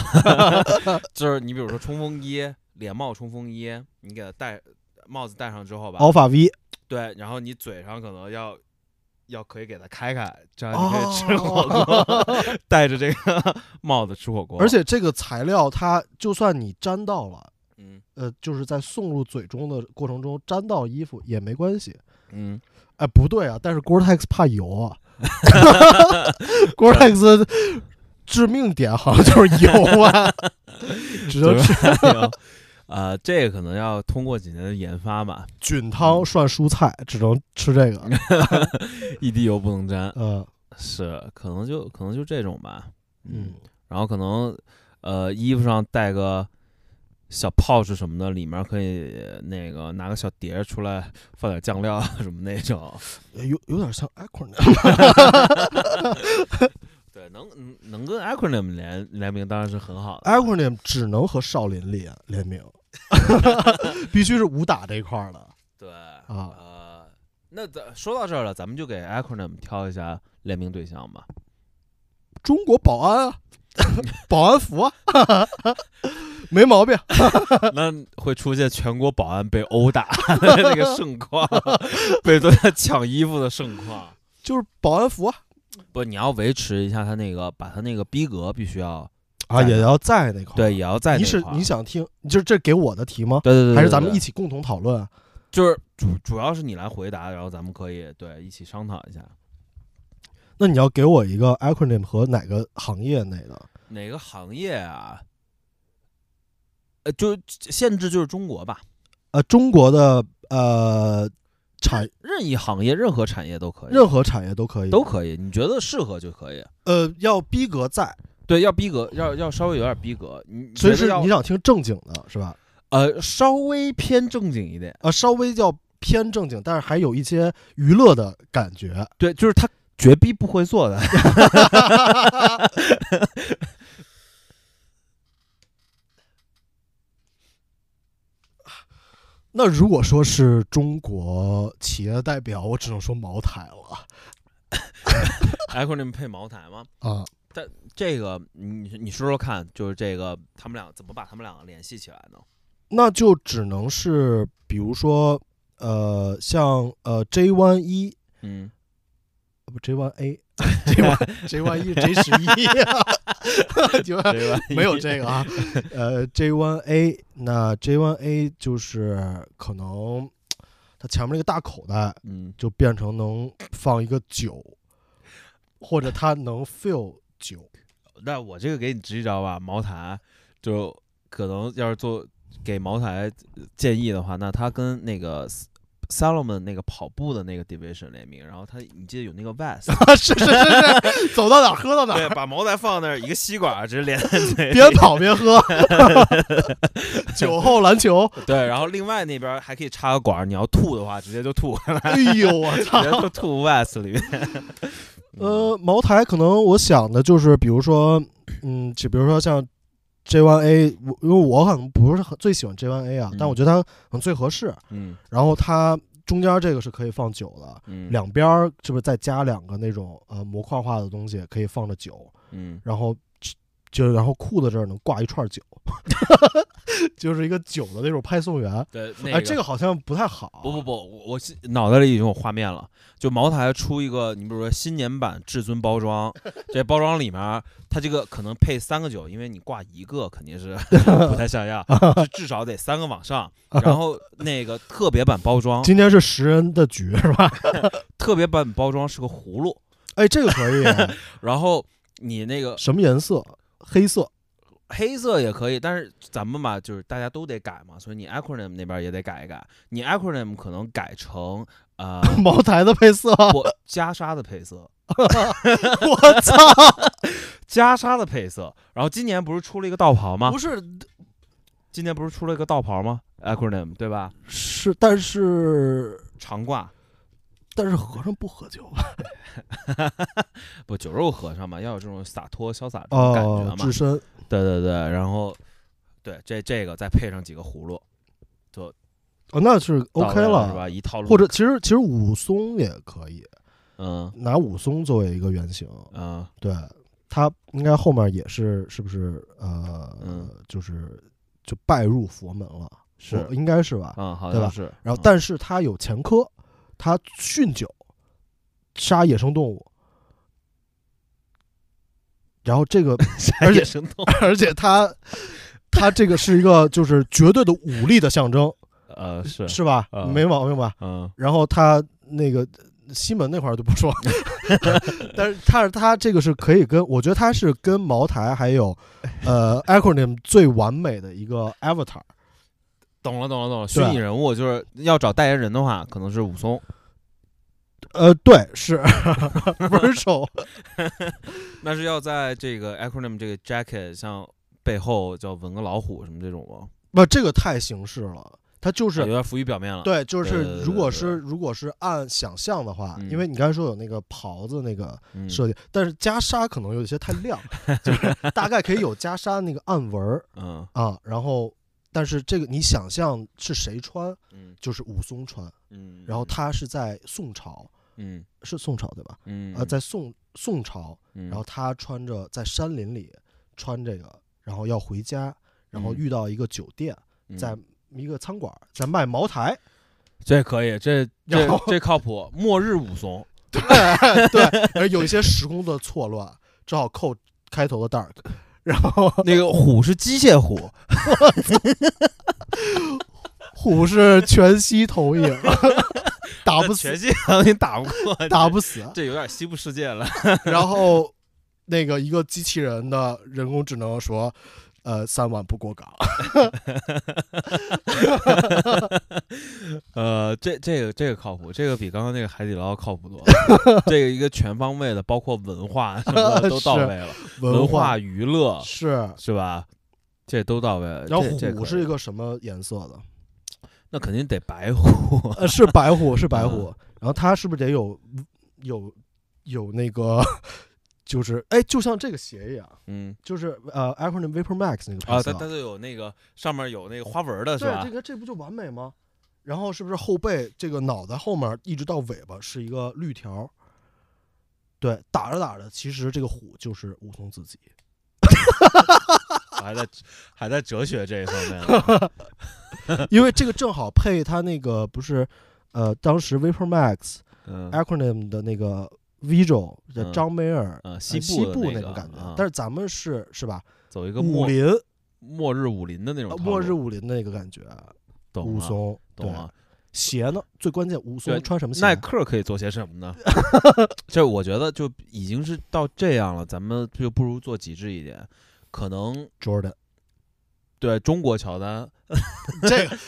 A: (laughs) 就是你比如说冲锋衣，连帽冲锋衣，你给它戴帽子戴上之后吧，
C: Alpha V
A: 对，然后你嘴上可能要要可以给它开开，这样你可以吃火锅， (laughs)
C: 哦，
A: 戴着这个帽子吃火锅，
C: 而且这个材料它就算你沾到了，
A: 嗯
C: 呃，就是在送入嘴中的过程中沾到衣服也没关系。
A: 嗯，
C: 哎，不对啊，但是 Gore-Tex 怕油啊 (laughs) ，Gore-Tex 致命点好像就是油啊， (laughs) 只能吃
A: 啊、 (laughs) 呃，这个可能要通过几年的研发吧，
C: 菌汤涮蔬菜，只能吃这个。 (laughs)
A: 一滴油不能沾，
C: 嗯
A: 是可能就可能就这种吧，
C: 嗯，
A: 然后可能呃衣服上带个小 pouch 什么的，里面可以那个拿个小碟儿出来放点酱料啊什么那
C: (laughs)
A: 种。
C: 有有点像 Acorn， (laughs)
A: 对，能嗯能跟 acronym 联联名当然是很好的。
C: Acronym 只能和少林联联 (laughs) 名，必须是武打这一块儿的。
A: 对
C: 啊
A: 呃，那咱说到这儿了，咱们就给 acronym 挑一下联名对象
C: (laughs)
A: 吧。
C: 中国保安啊，保安服啊，没毛病。
A: 那会出现全国保安被殴打的那个盛况， (laughs) 被大家抢衣服的盛况。
C: 就是保安服啊，
A: 不，你要维持一下他那个，把他那个逼格必须要
C: 啊也要在那块儿。
A: 对，也要在
C: 你
A: 那
C: 是
A: 块儿
C: 你想听，就是这给我的题吗？
A: 对对对对，
C: 还是咱们
A: 对
C: 一起共同讨论啊？
A: 就是主主要是你来回答，然后咱们可以对一起商讨一下
C: 那你要给我一个 acronym 和哪个行业内的？
A: 哪个行业啊？呃，就限制就是中国吧，
C: 呃，中国的呃产
A: 任意行业、任何产业都可以，
C: 任何产业都可以，
A: 都可以，你觉得适合就可以。
C: 呃要逼格在，
A: 对，要逼格，要要稍微有点逼格，你觉
C: 所以
A: 得
C: 是
A: 要
C: 你想听正经的是吧？
A: 呃稍微偏正经一点，
C: 呃，稍微要偏正经，但是还有一些娱乐的感觉。
A: 对，就是他绝逼不会做的。
C: (laughs) 那如果说是中国企业代表，我只能说茅台了
A: acronym 配茅台吗？
C: 啊。
A: 这个你你说说看，就是这个他们俩怎么把他们两个联系起来呢？
C: 那就只能是比如说，呃，像呃 J One 一
A: 嗯，
C: 不 J One A J One J One 一 J 十 (laughs) 一，你们
A: (laughs) 对吧？
C: 没有这个啊？呃，J One A 那 J One A 就是可能它前面那个大口袋
A: 嗯，
C: 就变成能放一个酒，或者它能 fill 酒。 (laughs)
A: 那我这个给你支一招吧，茅台就可能要是做给茅台建议的话，那他跟那个 Salomon 那个跑步的那个 division 联名，然后他你记得有那个
C: (laughs)
A: vest，
C: 是是是是，走到哪儿喝到哪儿，
A: 对，把茅台放那儿，一个吸管直接连
C: 边跑边喝， (laughs) 酒后篮球。
A: 对，然后另外那边还可以插个管儿，你要吐的话直接就吐，直
C: (laughs) 哎呦我操！
A: 接就吐 vest 里面。
C: (laughs) 呃，茅台可能我想的就是，比如说，嗯，就比如说像 J One A，我因为我可能不是很最喜欢 J One A 啊，
A: 嗯
C: 但我觉得它可能最合适。
A: 嗯
C: 然后它中间这个是可以放酒的，
A: 嗯
C: 两边儿是不是再加两个那种呃模块化的东西可以放着酒，
A: 嗯
C: 然后就然后裤子这儿能挂一串酒， (laughs) 就是一个酒的那种派送员。
A: 对，那
C: 哎，这个好像不太好。
A: 不不不，我我是脑袋里已经有画面了。就茅台出一个，你比如说新年版至尊包装，这包装里面儿它这个可能配三个酒，因为你挂一个肯定是 (laughs) 不太像样，就至少得三个往上。然后那个特别版包装，
C: 今天是十人的局是吧？ (laughs)
A: 特别版包装是个葫芦，
C: 哎，这个可以，
A: (laughs) 然后你那个
C: 什么颜色？黑色。
A: 黑色也可以，但是咱们嘛，就是大家都得改嘛，所以你 acronym 那边也得改一改，你 acronym 可能改成呃
C: (laughs) 茅台的配色，
A: 不袈裟的配色，
C: (laughs) 我
A: (laughs)
C: 操！
A: 袈裟的配色。然后今年不是出了一个道袍吗
C: 不？是
A: 今年不是出了一个道袍吗？acronym 对吧？
C: 是，但是
A: 长褂
C: 但是和尚不喝酒吧？
A: 不酒肉和尚嘛，要有这种洒脱潇洒的感觉
C: (laughs) 哦，
A: 嘛。
C: 至深。
A: 对对对，然后对这这个再配上几个葫芦
C: 哦，那是 OK
A: 到位
C: 了，
A: 是吧？一套路
C: 或者其实其实武松也可以
A: 嗯
C: 拿武松作为一个原型，
A: 嗯
C: 对他应该后面也是是不是呃、
A: 嗯
C: 就是就拜入佛门了，
A: 是
C: 我应该是吧？
A: 嗯，好
C: 对
A: 像
C: 吧
A: 是。
C: 然后
A: 嗯
C: 但是他有前科，他酗酒，杀野生动物。然后
A: (laughs)
C: 这个，而且
A: 野生动物
C: 而且他，他这个是一个就是绝对的武力的象征，
A: 呃是
C: 是吧？
A: 啊
C: 没毛病吧？
A: 嗯
C: 然后他那个西门那块儿就不说， (laughs) 但是但是他这个是可以跟，我觉得他是跟茅台还有呃 acronym 最完美的一个 avatar，
A: 懂了，懂了，懂了。虚
C: 对
A: 拟人物就是要找代言人的话，可能是武松。
C: 呃，对，是文手，
A: 那是要在这个 acronym 这个 jacket 像背后叫纹个老虎什么这种吗？啊
C: 不，这个太形式了，他就
A: 有
C: 是。
A: 点浮于表面了。
C: 对，就
A: 哎对对
C: 是
A: 对
C: 如果
A: 对
C: 是如果是按想象的话，
A: 嗯
C: 因为你刚才说有那个袍子那个
A: 嗯，
C: 设计，但是袈裟可能有一些太亮，就是大概可以有袈裟那个暗纹儿
A: 嗯
C: 啊，然后但是这个你想象是谁穿，
A: 嗯
C: 就是武松穿，
A: 嗯。
C: 然后他是在宋朝，
A: 嗯
C: 是宋朝对吧？
A: 嗯
C: 呃，在宋宋朝，
A: 然
C: 然后他穿着在山林里穿这个，然后要回家，然
A: 嗯
C: 后遇到一个酒店，在一个餐馆在卖
A: (laughs)
C: 茅台，
A: 这可以，这这
C: 然后
A: 这靠谱。末日武
C: (laughs)
A: 松，
C: 对对，而有一些时空的错乱，只好扣开头的 dark，然后
A: 那个虎是机械虎，
C: 虎是全息投
A: (laughs)
C: 影， (laughs) 打不
A: 全
C: 死，
A: (laughs) 系统你打不过，
C: (laughs) 打不死，
A: (laughs) 这有点西部世界了。 (laughs)
C: 然后那个一个机器人的人工智能说，呃，三晚不
A: (laughs)
C: 过岗。
A: 呃，这这个这个靠谱，这个比刚刚那个海底捞靠谱多了。
C: (laughs)
A: 这个一个全方位的，包括文化什么的都到
C: 是
A: 位了，
C: 文
A: 化娱乐
C: 是，
A: 是吧？这都到位了。
C: 然后
A: 这这
C: 虎
A: 可
C: 是
A: 以
C: 一个什么颜色
A: (laughs)
C: 的？
A: 那肯定得白
C: (laughs)
A: 虎
C: 呃，是白虎，是
A: 嗯
C: 白虎。然后它是不是得有有有那个， (laughs) 就是哎，就像这个鞋一样，
A: 嗯
C: 就是呃 a c r o n y Vapor Max 那个
A: 啊，
C: 牌子
A: 它它就有那个上面有那个花纹的啊是
C: 对，
A: 吧
C: 这？个这不就完美吗？然后是不是后背这个脑袋后面一直到尾巴是一个绿条儿？对，打着打着，其实这个虎就是武
A: (laughs)
C: 松自己。
A: 我还在还在哲学这一方面
C: (laughs)
A: 呢
C: 因为这个正好配他那个不是，呃，当时 Vapor Max 哎
A: 嗯
C: acronym 的那个 Visual 的
A: 嗯
C: 张梅尔
A: 嗯，
C: 西
A: 部的
C: 部
A: 那
C: 种感觉，
A: 啊
C: 但是咱们是是吧？
A: 走一个
C: 武
A: 末
C: 林
A: 末日武林的那种
C: 呃
A: 套
C: 末
A: 路
C: 日武林的那个感觉，啊
A: 懂
C: 武
A: 了
C: 松
A: 懂
C: 对
A: 了。
C: 鞋呢？最关键，
A: 对
C: 武松穿什么啊鞋？
A: 耐克可以做些什么
C: (laughs)
A: 呢？这我觉得就已经是到这样了，咱们就不如做极致一点，可能
C: Jordan，
A: 对中国乔丹，
C: 这个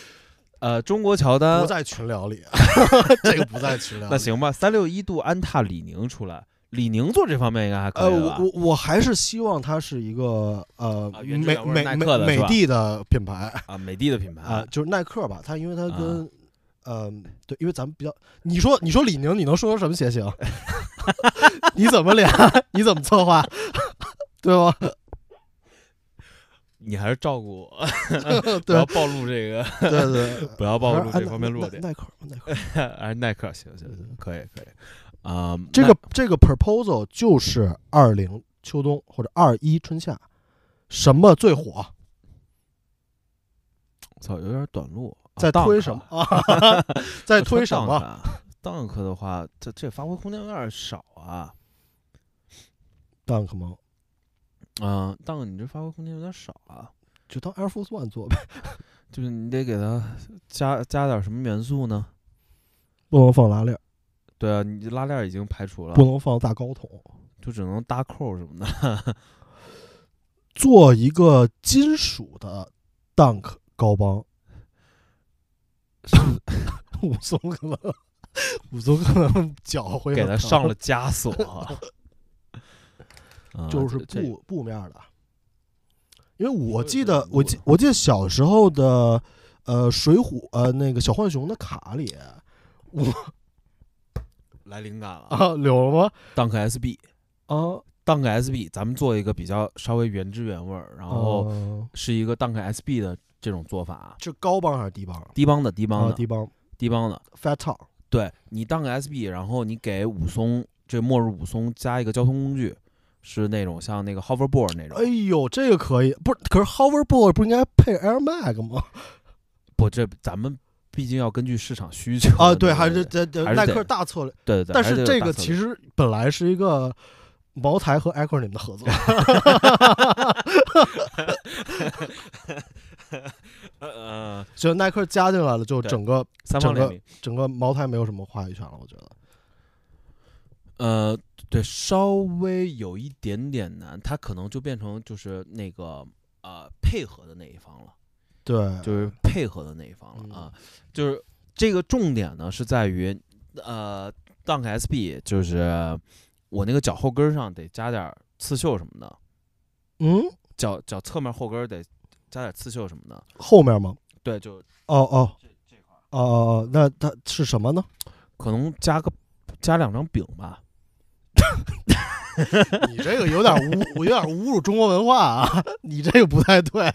A: (laughs) 呃，中国乔丹
C: 不在群聊里，啊
A: (laughs)
C: 这个不在群聊里。
A: 那，行吧，三六一度安踏李宁出来，李宁做这方面应该还可
C: 呃，
A: 以
C: 我
A: 了吧？
C: 我我还是希望它是一个呃
A: 啊原汁
C: 美
A: 原味
C: 美
A: 耐
C: 美
A: 克的是
C: 美
A: 吧
C: 的的品牌。
A: 啊，美的的品牌
C: 啊，就是耐克吧，它因为它
A: 啊
C: 跟，嗯，对，因为咱们比较，你说你说李宁，你能说出什么鞋型？ (laughs) 你怎么连？你怎么策划？ (laughs) 对吗？
A: 你还是照顾我，不要 (laughs)
C: (laughs) 对啊
A: 暴露这个，
C: 对对，
A: 不要暴露
C: 还
A: 这
C: 是
A: 方面
C: 耐
A: 弱点。
C: 耐耐克，耐克，
A: (laughs) 还是哎耐克，行行
C: 嗯
A: 行，可以可以。啊、
C: 这个这个 proposal 就是二零秋冬或者二一春夏，什么最火，
A: 哦操，有点短路。啊
C: 在推
A: Dunk
C: 什么啊？在推什么？
A: ？Dunk 的话，这这发挥空间有点少啊。
C: ？Dunk 吗？
A: 嗯，Dunk 你这发挥空间有点少啊，
C: 就当 Air Force One 做呗，
A: 就是你得给它加加点什么元素呢？
C: 不能放拉链，
A: 对啊，你拉链已经排除了
C: 不，能放大高筒，
A: 就只能搭扣什么的。
C: 做一个金属的 Dunk 高帮。 (laughs) 武松可能，武松可能脚会
A: 给
C: 很
A: 他
C: 疼
A: 上了，枷锁。
C: (laughs)
A: 啊
C: 就是
A: 这这
C: 布布面的。因为我记
A: 这
C: 得
A: 个，
C: 我记我记得小时候的，呃，《水浒》呃那个小浣熊的卡里
A: 来灵感了 (laughs) 啊
C: 啊，有了吗？
A: ，Dunk SB。
C: 啊，
A: Dunk SB，咱们做一个比较稍微原汁原味儿，然后
C: 呃
A: 是一个 Dunk SB 的这种做法啊，
C: 是高帮还是低帮？
A: 低帮的低帮
C: 啊，
A: 的
C: 低帮
A: 低帮的，
C: Fat Top
A: 对你 Dunk SB，然后你给武松这末日武松加一个交通工具，是那种像那个 hoverboard 那
C: 哎
A: 种，
C: 呦，这个可以，不是？可是 hoverboard 不应该配 Air Mag 吗？
A: 不，这咱们毕竟要根据市场需求
C: 啊，
A: 的
C: 对，
A: 那
C: 还
A: 个
C: 是这这
A: 还是
C: 耐
A: 得
C: 克大策略，
A: 对对对，
C: 但
A: 还
C: 是
A: 得
C: 这
A: 有
C: 个
A: 大侧
C: 其实本来是一个茅台和 Acronym 的合作，
A: (laughs)
C: (laughs)
A: 呃呃
C: 就耐克加进来了，就
A: 对
C: 整个
A: 三方
C: 整个
A: 联名。
C: 整个茅台没有什么话语权了，我觉得。
A: 呃，对，稍微有一点点难，它可能就变成就是那个呃配合的那一方了，
C: 对，
A: 就是配合的那一方了啊，就是这个重点呢是在于呃 Dunk SB，就是我那个脚后跟儿上得加点儿刺绣什么的，
C: 嗯，
A: 脚脚侧面后跟儿得加点儿刺绣什么的，
C: 后面吗？
A: 对，就
C: 哦哦，哦哦哦，那它是什么呢？
A: 可能加个加两张饼吧，
C: (laughs) 你这个有点侮，我有点侮辱中国文化啊！ (laughs) 你这个不太对。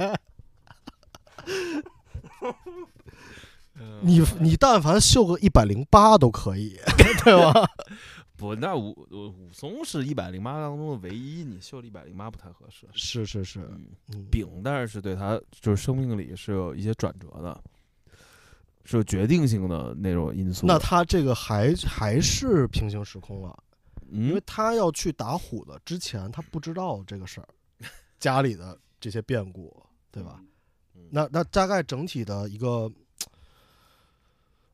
C: (laughs) 你你但凡秀个一百零八都可以， (laughs) 对吧？
A: 不，那武武武松是一百零八当中的唯一，你秀一百零八不太合适，
C: 是是是，
A: 嗯。
C: 嗯
A: 丙，但是是对他就是生命里是有一些转折的，是有决定性的那种因素的。
C: 那他这个还还是平行时空了，因
A: 嗯
C: 为，他要去打虎的之前，他不知道这个事儿，家里的这些变故，对吧？
A: 嗯？
C: 那那大概整体的一个，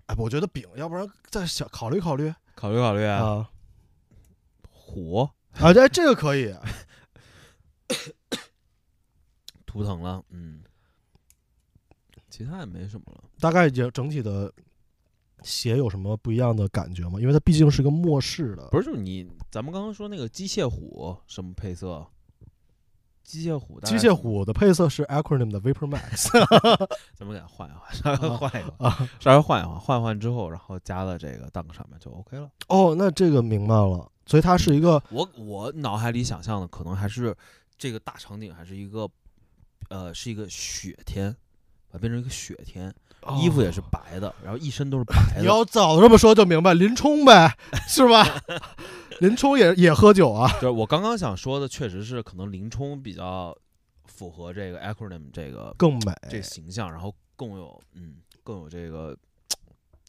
C: 哎，我觉得丙，要不然再想考虑考虑
A: 考虑考虑啊，
C: 啊
A: 虎
C: 啊，这这个可以，
A: 图腾了，嗯，其他也没什么了。
C: 大概也整体的鞋有什么不一样的感觉吗？因为它毕竟是个末世的，
A: 不是，就是你咱们刚刚说那个机械虎什么配色？机械虎，
C: 机械，虎的配色是 acronym 的 Vapor Max
A: 咱们给它换一换，稍微
C: 啊
A: 换一换，
C: 啊。
A: 稍微换一换，换换之后，然后加了这个 dunk 上面就 OK 了。
C: 哦，那这个明白了，所以它是一个
A: 我我脑海里想象的可能还是这个大场景还是一个，呃，是一个雪天，把它变成一个雪天，衣服也是
C: 哦
A: 白的，然后一身都是白
C: 你
A: 的，
C: 要早这么说就明白，林冲呗，是
A: (laughs)
C: 吧？林冲也也喝酒啊，
A: 就是我刚刚想说的，确实是可能林冲比较符合这个 acronym 这个
C: 更美。
A: 这个形象，然后更有嗯更有这个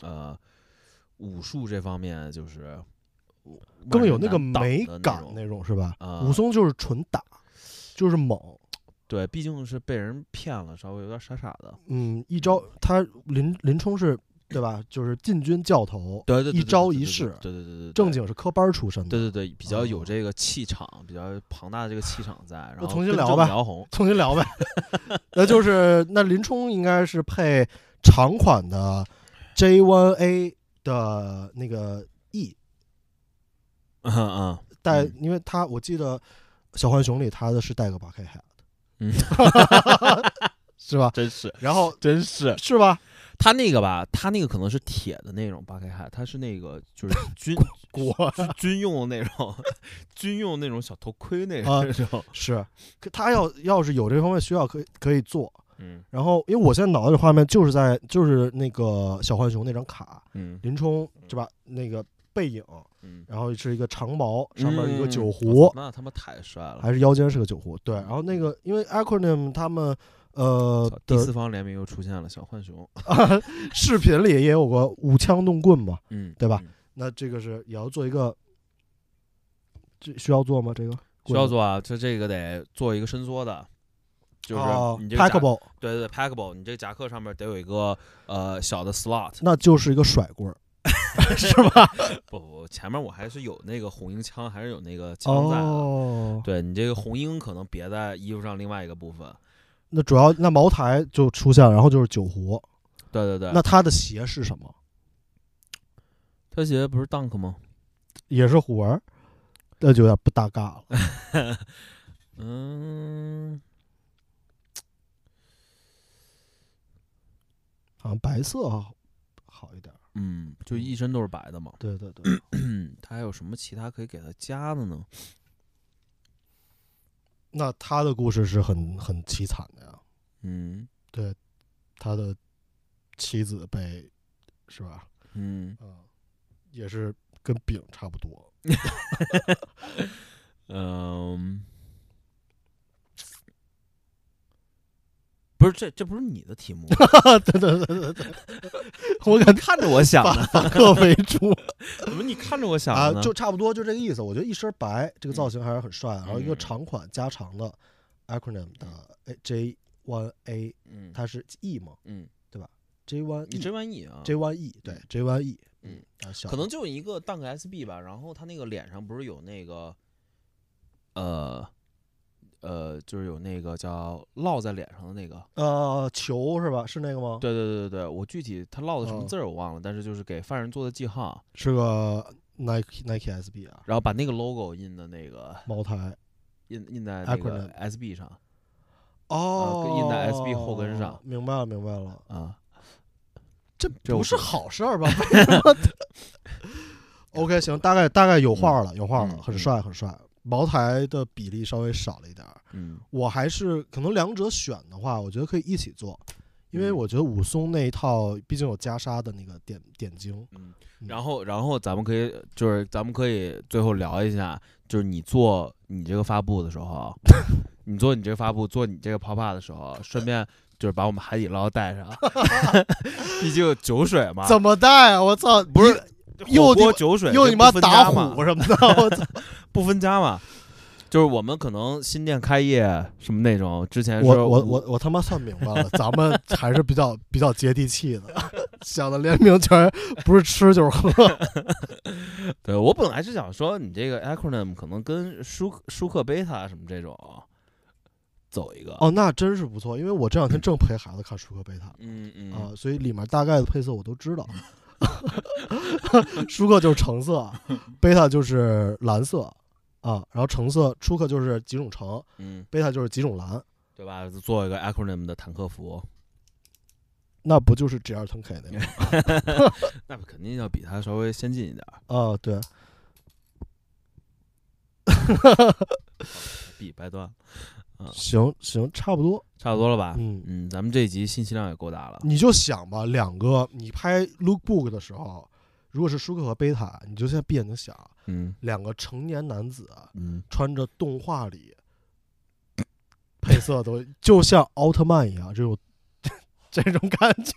A: 呃武术这方面就是
C: 更有那个
A: 万
C: 美
A: 人难挡的
C: 感
A: 那种
C: 那种是吧？
A: 啊
C: 武松就是纯打，就是猛，
A: 对，毕竟是被人骗了，稍微有点傻傻的。
C: 嗯，一招他林林冲是对吧？就是禁军教头，
A: 对对，对
C: 一
A: 对
C: 招
A: 对
C: 一
A: 对
C: 式
A: 对对对对对，
C: 正经是科班出身的。
A: 对对对，比较有
C: 哦
A: 这个气场，比较庞大的这个气场在。然后
C: 重新
A: 跟
C: 聊
A: 郑
C: 吧
A: 苗
C: (laughs)
A: 红，
C: 重
A: (laughs)
C: 新聊呗，那就是那林冲应该是配长款的 J One A 的那个 E，
A: 嗯嗯
C: 带，
A: 嗯
C: 因为他我记得小浣熊里他的是带个 bucket hat，
A: 嗯，
C: (laughs) 是吧？
A: 真是
C: 然后
A: 真是，
C: 是吧？
A: 他那个吧，他那个可能是铁的那种巴克汉，他是那个就是 (laughs)
C: (laughs)
A: 军
C: 国
A: 军军用的那种 (laughs) 军用那种小头盔那
C: 啊
A: 种，
C: 是，可他要要是有这方面需要，可以可以做。
A: 嗯
C: 然后，因为我现在脑袋里画面就是在就是那个小浣熊那张卡，
A: 嗯
C: 林冲对吧？那个背影，
A: 嗯，
C: 然后是一个长毛，上面一个
A: 嗯
C: 酒
A: 我
C: 壶，
A: 操那他妈太帅了！
C: 还是腰间是个酒壶。对，然后那个因为 acronym 他们呃
A: 操第
C: 的
A: 四方联名又出现了小浣熊，
C: (laughs) 视频里也有过舞枪弄棍嘛，
A: 嗯，
C: 对吧
A: 嗯？
C: 那这个是也要做一个，这需要做吗？这个
A: 需要做啊，这这个得做一个伸缩的，就是
C: 哦
A: 你这个夹
C: packable，
A: 对对对 packable，你这个夹克上面得有一个呃小的 slot，
C: 那就是一个甩棍儿，
A: (laughs) 是吧？不不，前面我还是有那个红缨枪，还是有那个枪在的。
C: 哦，
A: 对你这个红缨可能别在衣服上另外一个部分。
C: 那主要那茅台就出现了，然后就是酒壶。
A: 对对对，
C: 那它的鞋是什么？
A: 他鞋不是 dunk 吗？ (laughs)
C: 也是虎纹儿，那就有点不搭嘎了。
A: 嗯，
C: 好像白色好好一点儿。
A: 嗯，就一身都是白的嘛。
C: 对对对，
A: 嗯，他还有什么其他可以给他加的呢？
C: 那他的故事是很很凄惨的呀。
A: 嗯
C: 对，他的妻子被是吧？
A: 嗯
C: 嗯，也是跟饼差不多。
A: 嗯，不是这这不是你的题目， (laughs)
C: 对对对对对， (laughs) 我感觉
A: 看着我想的，
C: 反客为
A: (laughs)
C: 主
A: 怎么你看着我想的
C: 啊
A: 呢？，
C: 就差不多就这个意思。我觉得一身白这个造型还是很帅的，然后一个
A: 嗯
C: 长款加长的 acronym 的哎 J One A，
A: 嗯
C: 它是 E 嘛
A: 嗯，
C: ？J One
A: 你
C: E
A: 真万一啊，
C: J One E 对
A: 嗯
C: J One E，
A: 嗯
C: 啊，小
A: 可能就一个 Dunk SB 吧，然后他那个脸上不是有那个，呃，呃，就是有那个叫烙在脸上的那个。
C: 呃球是吧？是那个吗？，
A: 对对对对对，我具体他烙的什么
C: 哦
A: 字儿我忘了，但是就是给犯人做的记号，
C: 是个 Nike Nike SB 啊，
A: 然后把那个 logo 印的那个
C: 茅台
A: 印印在那个
C: Acronym
A: SB 上
C: 哦
A: 啊跟印在 SB 后跟上
C: 明白了，明白了，
A: 啊。
C: 这
A: 这我
C: 不是
A: 不
C: 好事儿吧？ (laughs) 为什
A: (laughs)
C: 么 OK，行，大概大概有画了，有画了，
A: 嗯
C: 很
A: 嗯
C: 帅，很帅。茅台的比例稍微少了一点儿，
A: 嗯
C: 我还是可能两者选的话，我觉得可以一起做，因为
A: 嗯
C: 我觉得武松那一套毕竟有袈裟的那个点点睛，
A: 嗯，
C: 嗯
A: 然后然后咱们可以就是咱们可以最后聊一下，就是你做你这个发布的时
C: (laughs)
A: 候，你做你这个发布做你这个 pop up 的时候，顺便就是把我们海底捞带
C: (laughs)
A: 上，毕竟酒水嘛，
C: 怎么带啊？我操，
A: 不是
C: 又
A: 火
C: 你
A: 锅酒水
C: 又
A: 这
C: 你
A: 不
C: 妈
A: 分
C: 打
A: 家嘛
C: 虎什么的，我操！
A: 不分家嘛。就是我们可能新店开业什么那种，之前是
C: 我我
A: 五
C: 我我他妈算明白了，咱们还是比较比较接地气的， (laughs) 想的联名全不是吃就是喝。
A: 对我本来是想说，你这个 acronym 可能跟舒舒克贝塔什么这种走一个。
C: 哦，那真是不错，因为我这两天正陪孩子看舒克贝塔
A: 嗯嗯
C: 啊，所以里面大概的配色我都知道。舒克就是橙色，贝塔就是蓝色啊，然后橙色舒克就是几种橙，
A: 嗯，
C: 贝塔就是几种蓝，
A: 对吧？做一个 acronym 的坦克服，
C: 那不就是 G 二 t K 那个
A: 那肯定要比它稍微先进一点儿。
C: 啊？对，
A: 比掰断，
C: 行行，差不多，
A: 差不多了吧？
C: 嗯。
A: 嗯，咱们这集信息量也够大了。
C: 你就想吧，两个你拍 lookbook 的时候，如果是舒克和贝塔，你就现在闭眼睛想，
A: 嗯
C: 两个成年男子
A: 嗯，
C: 穿着动画里配色都就像奥特曼一样，这种这种感觉。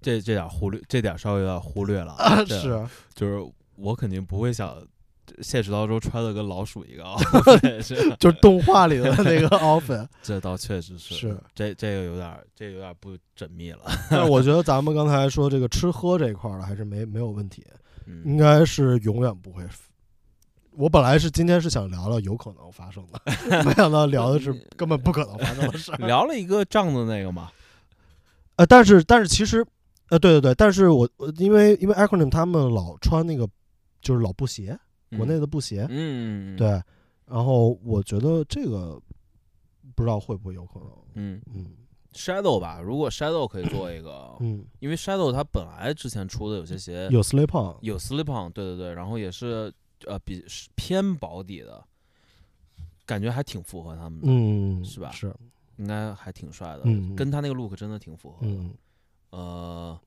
A: 这这点儿忽略，这点儿稍微有点儿忽
C: (laughs)
A: 略了。对，
C: 是，
A: 啊就是我肯定不会想现实当中穿的跟老鼠一
C: (laughs)
A: 个 outfit，是
C: 就是动画里的那个 outfit。
A: 这倒确实是。
C: 是
A: 这这个有点儿，这个有点儿不缜密了。
C: 但是我觉得咱们刚才说这个吃喝这一块儿的还是没没有问题，
A: 嗯
C: 应该是永远不会。我本来是今天是想聊聊有可能发生的，没想到聊的是根本不可能发生的事
A: (laughs)
C: 儿。
A: 聊了一个仗的那个嘛，
C: 呃，但是但是其实，呃，对对对，但是我我因为因为 acronym 他们老穿那个就是老布鞋，国内的布鞋，
A: 嗯，嗯，
C: 对，然后我觉得这个不知道会不会有可能，
A: 嗯
C: 嗯
A: ，Shadow 吧，如果 Shadow 可以做一
C: (laughs)
A: 个，
C: 嗯，
A: 因为 Shadow 它本来之前出的有些鞋
C: 有 slip on，
A: 呃有 slip on，对对对，然后也是呃比是偏薄底的，感觉还挺符合他们的，
C: 嗯，
A: 是吧
C: 是，
A: 应该还挺帅的，
C: 嗯嗯
A: 跟他那个 look 真的挺符合的。
C: 嗯
A: 呃，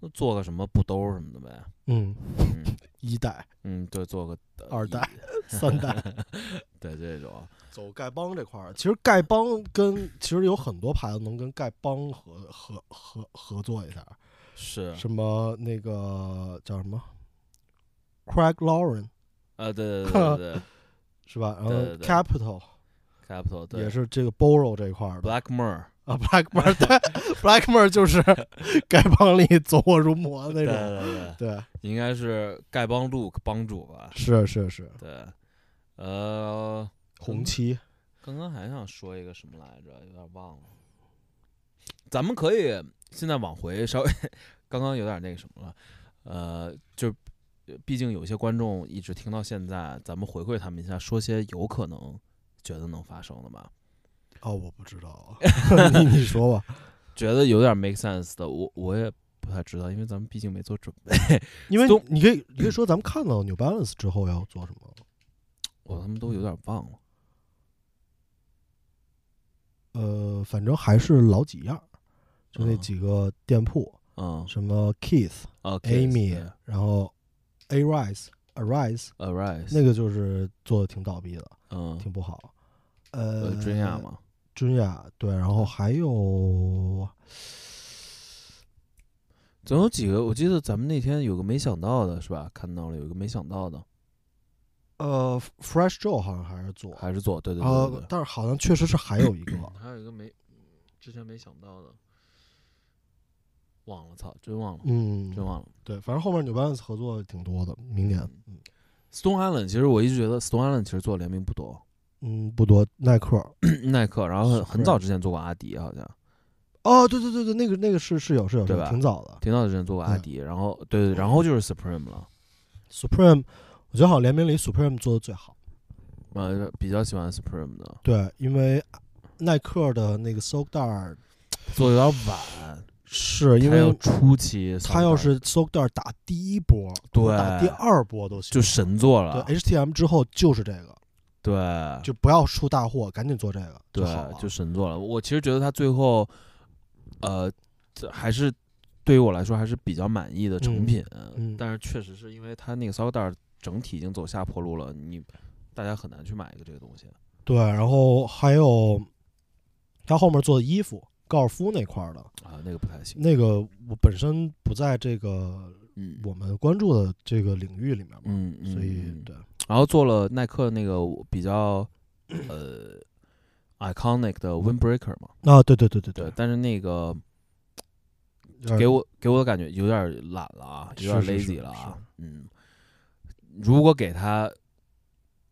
A: 那做个什么布兜儿什么的呗。
C: 嗯，
A: 嗯
C: 一代、
A: 嗯，对，做个呃
C: 二
A: 一
C: 代，三代，
A: (laughs) 对这种，
C: 走丐帮这块儿，其实丐帮跟其实有很多牌子能跟丐帮合合合合作一下，
A: 是
C: 什么那个叫什么 Craig Lauren
A: 啊，对对对对对
C: 是吧？然后
A: 对对对
C: Capital
A: ，Capital 对
C: 也是这个 Borrow 这块儿的
A: Blackmore，
C: 啊，Blackmore 对 Blackmore (laughs) 就是丐帮里走火入魔那
A: 对
C: 种，
A: 对对，
C: 对，
A: 应该是丐帮 Luke 帮主吧？
C: 是啊是是，
A: 对，呃，
C: 红旗
A: 刚刚还想说一个什么来着，有点忘了。咱们可以现在往回稍微，刚刚有点那个什么了，呃，就毕竟有些观众一直听到现在，咱们回馈他们一下，说些有可能觉得能发生的吧，
C: 哦，我不知道啊， (laughs) 你你说吧，
A: 觉得有点 make sense 的，我我也不太知道，因为咱们毕竟没做准备。
C: 因为
A: 东
C: 你可以你可以说咱们看到 New Balance 之后要做什么。
A: 我他妈都有点忘了。
C: 呃，反正还是老几样儿，就那
A: 嗯
C: 几个店铺，
A: 嗯
C: 什么 Keith、
A: o k
C: Amy，然后 A Rise、Arise，
A: a r i s e
C: 那个就是做的挺倒闭的，
A: 嗯，
C: 挺不好。呃
A: 呃，追亚嘛，
C: 君雅对，然后还有
A: 总有几个，我记得咱们那天有个没想到的是吧？看到了有一个没想到的，
C: 呃 Fresh Joe 好像还是做，
A: 还是做，对对对对
C: 呃，
A: 对。
C: 但是好像确实是还有一个
A: 还有一个没之前没想到的，忘了，操，真忘了，
C: 嗯，
A: 真忘了。
C: 对，反正后面 New Balance 合作挺多的，明年嗯
A: Stone Island 其实我一直觉得 Stone Island 其实做联名不多，
C: 嗯不多，耐克
A: 耐克，然后很很
C: Supreme
A: 早之前做过阿迪，好像
C: 哦，对对对对，那个那个是是有是有，是
A: 对
C: 有
A: 吧
C: 挺早的。
A: 挺早之前做过阿
C: 嗯
A: 迪，然后对对，然后就是 Supreme 了，
C: Supreme，我觉得好像联名里 Supreme 做的最好。
A: 呃，比较喜欢 Supreme 的，
C: 对，因为耐克的那个 Soak 袋儿，
A: 做得有点晚，
C: 是因
A: 它要
C: 为
A: 初期，
C: 它要是 Soak 袋儿打第一波，或者打
A: 对
C: 第二波都行。
A: 就神作
C: 对
A: 了，
C: HTM 之后就是这个，
A: 对，
C: 就不要出大货，赶紧做这个
A: 对
C: 就好了。
A: 就神作了。我其实觉得他最后，呃，这还是对于我来说还是比较满意的成
C: 嗯
A: 品，
C: 嗯
A: 但是确实是因为他那个骚袋儿整体已经走下坡路了，你大家很难去买一个这个东西。
C: 对，然后还有它后面做的衣服，高尔夫那块儿的
A: 啊，那个不太行。
C: 那个，我本身不在这个
A: 嗯，
C: 我们关注的这个领域里面嘛，
A: 嗯，嗯
C: 所以
A: 嗯
C: 对。
A: 然后做了耐克那个比
C: (clears throat)
A: 较呃 iconic 的 windbreaker 嘛，
C: 啊，对对对对呃
A: 对，，但是那个
C: 有点
A: 给我给我的感觉有点懒了啊，有点
C: 嗯是是是
A: lazy 了啊。嗯，如果给他，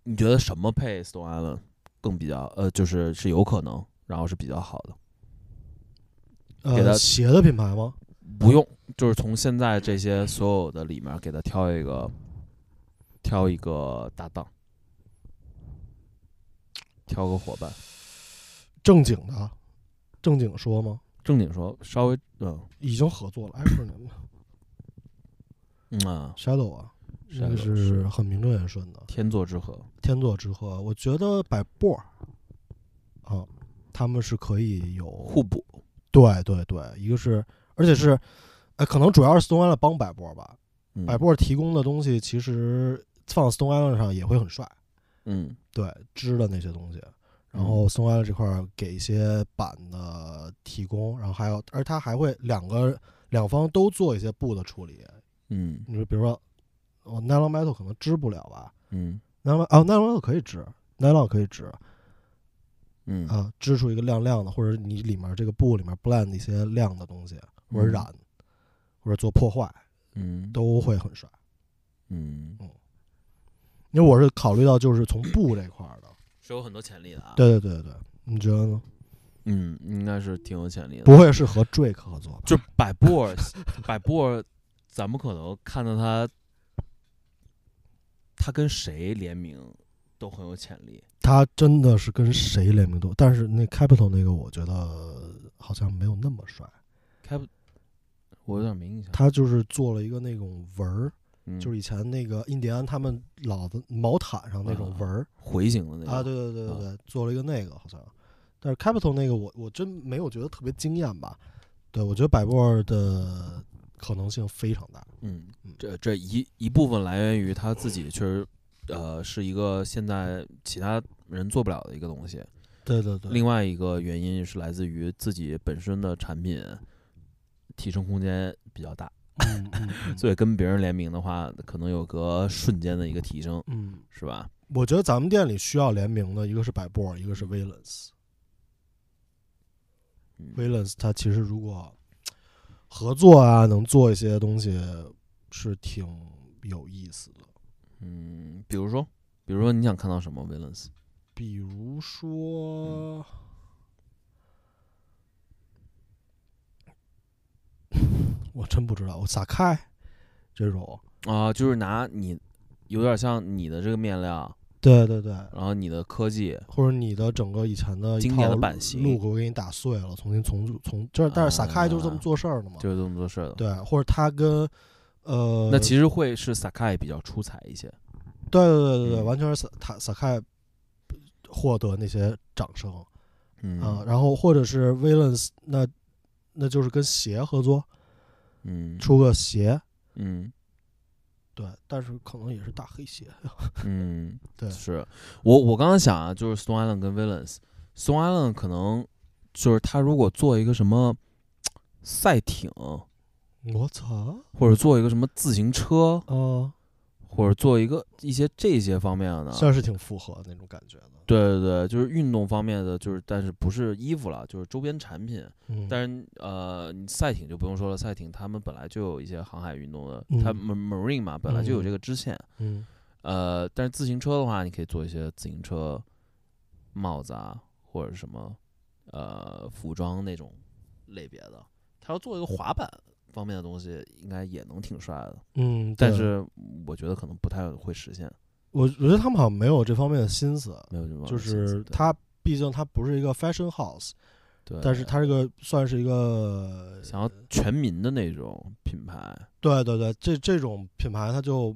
A: 你觉得什么配 Stone Island 更比较呃，就是是有可能，然后是比较好的？给
C: 呃
A: 它
C: 鞋的品牌吗？
A: 不用，就是从现在这些所有的里面给他挑一个，挑一个搭档，挑个伙伴。
C: 正经的啊，正经说吗？
A: 正经说，稍微嗯
C: 已经合作了哎 a c r o n y
A: 嗯啊，
C: Shadow 啊，那
A: Shadow
C: 个是很名正言顺的
A: 天作之合。
C: 天作之合。我觉得百波儿啊，他们是可以有
A: 互补，
C: 对对对，一个是而且是，呃，可能主要是 Stone Island 帮百波儿吧，
A: 嗯
C: 百波儿提供的东西其实放 Stone Island 上也会很帅，
A: 嗯，
C: 对织的那些东西。然后松安这块儿给一些版的提供，然后还有，而它还会两个两方都做一些布的处理。
A: 嗯
C: 你说，比如说，哦，nylon metal 可能织不了吧
A: 嗯
C: ？nylon 哦，nylon metal 可以织，nylon 可以织
A: 嗯嗯
C: 啊，织出一个亮亮的，或者你里面这个布里面 blend 一些亮的东西，或者
A: 嗯
C: 染，或者做破坏，
A: 嗯
C: 都会很帅。
A: 嗯，
C: 因为我是考虑到就是从布这块儿的，
A: 是有很多潜力的啊。
C: 对对对对对，你觉得呢？
A: 嗯，应该是挺有潜力的。
C: 不会是和 Drake 合作吧？
A: 就百步儿，百步儿，咱们可能看到他，他跟谁联名都很有潜力。
C: 他真的是跟谁联名都，但是那 Capital 那个，我觉得好像没有那么帅。
A: 开不，我有点没印象。
C: 他就是做了一个那种纹儿，
A: 嗯
C: 就是以前那个印第安他们老的毛毯上那
A: 啊
C: 种纹儿
A: 回形的那种
C: 啊，对对对对对，做了一个那个好像。但是 Capital 那个我我真没有觉得特别惊艳吧？对，我觉得百波尔的可能性非常大。
A: 嗯
C: 嗯，
A: 这这一一部分来源于他自己确实，呃，是一个现在其他人做不了的一个东西。
C: 对对对，
A: 另外一个原因是来自于自己本身的产品提升空间比较大，
C: 嗯嗯嗯
A: 所以跟别人联名的话，可能有个瞬间的一个提升，
C: 嗯，
A: 是吧？
C: 我觉得咱们店里需要联名的，一个是百波，一个是 Valence。
A: 嗯
C: Valence 它其实如果合作啊，能做一些东西是挺有意思的。
A: 嗯，比如说，比如说你想看到什么 v a l e n c e
C: 比如
A: (laughs)
C: 说，我真不知道，我撒开这种，
A: 啊、就是拿你有点像你的这个面料，
C: 对对对，
A: 然后你的科技，
C: 或者你的整个以前的一
A: 经典
C: 套
A: 的版型
C: 路给我给你打碎了，重新重从就是，但是撒开就是这么做事儿的嘛，
A: 啊就是这么做事儿的。
C: 对，或者他跟呃，
A: 那其实会是 Sakai 比较出彩一些，
C: 对对对对对，
A: 嗯
C: 完全是撒他撒开获得那些掌声
A: 嗯
C: 啊，然后或者是 Valence 那那就是跟鞋合作
A: 嗯
C: 出个鞋，
A: 嗯
C: 对，但是可能也是大黑鞋， (laughs)
A: 嗯，
C: 对
A: 是我我刚刚想啊，就是 Stone Island 跟 Villains，Stone Island 可能就是他如果做一个什么赛艇，
C: 我操，
A: 或者做一个什么自行车，
C: 嗯，
A: 或者做一个一些这些方面的，
C: 算是挺符合那种感觉的，
A: 对对对，就是运动方面的，就是但是不是衣服了，就是周边产品。
C: 嗯，
A: 但是呃，你赛艇就不用说了，赛艇他们本来就有一些航海运动的，
C: 嗯
A: 他们 marine 嘛，本来就有这个支线。
C: 嗯
A: 呃，但是自行车的话，你可以做一些自行车帽子啊，或者什么呃服装那种类别的。他要做一个滑板方面的东西，应该也能挺帅的，
C: 嗯，
A: 但
C: 对
A: 是我觉得可能不太会实现，
C: 我我觉得他们好像没有这方面的心思，
A: 没有这么
C: 就
A: 心思
C: 是
A: 对
C: 它毕竟它不是一个 fashion house，
A: 对，
C: 但是它这个算是一个，
A: 想要全民的那种品牌，
C: 对对对，这这种品牌它就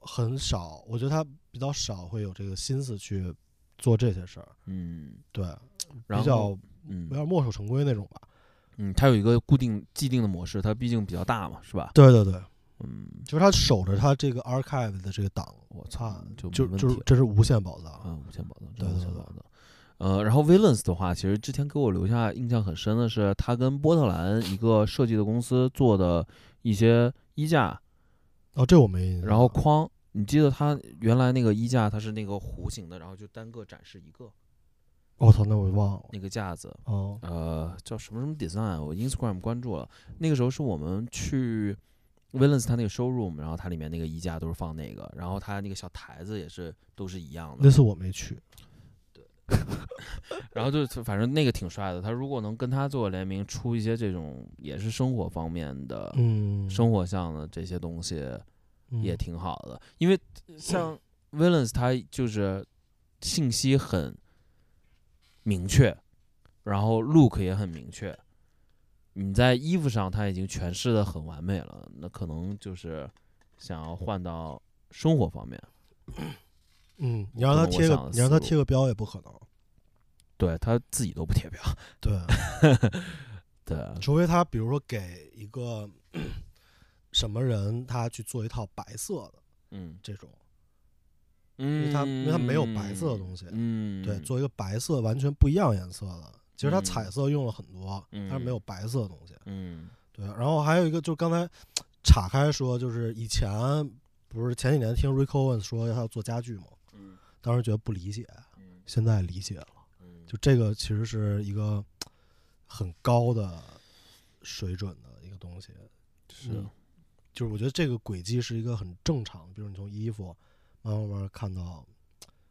C: 很少，我觉得它比较少会有这个心思去做这些事儿，
A: 嗯，
C: 对，
A: 然
C: 比
A: 后
C: 较
A: 嗯
C: 有点墨守成规那种吧，
A: 嗯，它有一个固定既定的模式，它毕竟比较大嘛，是吧？
C: 对对对，
A: 嗯，
C: 就是他守着他这个 archive 的这个档，
A: 我操
C: 操，，
A: 就
C: 啊就
A: 没问
C: 就是
A: 题了
C: 这是无限宝藏，
A: 啊，无限宝藏，真
C: 对
A: 无
C: 对
A: 限
C: 对
A: 宝藏。呃，然后 Valence 的话，其实之前给我留下印象很深的是，他跟波特兰一个设计的公司做的一些衣架，
C: 哦，这我没印象，
A: 然后框，你记得他原来那个衣架它是那个弧形的，然后就单个展示一个
C: 我哦操，那我忘了，
A: 那个架子，
C: 哦，
A: 呃，叫什么什么 design，我啊 Instagram 关注了。那个时候是我们去 Valence 它那个 showroom，然后它里面那个衣架都是放那个，然后它那个小台子也是都是一样
C: 那
A: 的。
C: 次我没去，
A: 然后就是反正那个挺帅的，他如果能跟他做联名，出一些这种也是生活方面的、
C: 嗯，
A: 生活上的这些东西，
C: 嗯
A: 也挺好的。因为像 Valence 它就是信息很明确，然后 look 也很明确。你在衣服上它已经诠释的很完美了，那可能就是想要换到生活方面。
C: 嗯，你让他
A: 可能我
C: 贴
A: 想
C: 个
A: 的
C: 你让
A: 思
C: 他
A: 路
C: 贴个标也不可
A: (laughs)
C: 能，
A: 对他自己都不贴标，
C: 对，
A: 对，啊
C: 除非他比如说给一个 (clears throat) 什么人他去做一套白色的
A: 嗯
C: 这种，
A: 嗯，
C: 为它因为它没有白色的东西
A: 嗯，
C: 对，做一个白色完全不一样颜色的。其实它
A: 嗯
C: 彩色用了很多，但是没有白色的东西。
A: 嗯
C: 对，啊然后还有一个就是刚才岔开说，就是以前不是前几年听 Rick Owens 说他要做家具嘛，
A: 嗯
C: 当时觉得不理解，
A: 嗯
C: 现在理解了。
A: 嗯，
C: 就这个其实是一个很高的水准的一个东西，
A: 是
C: 嗯就是我觉得这个轨迹是一个很正常的，比如你从衣服慢慢慢慢看到，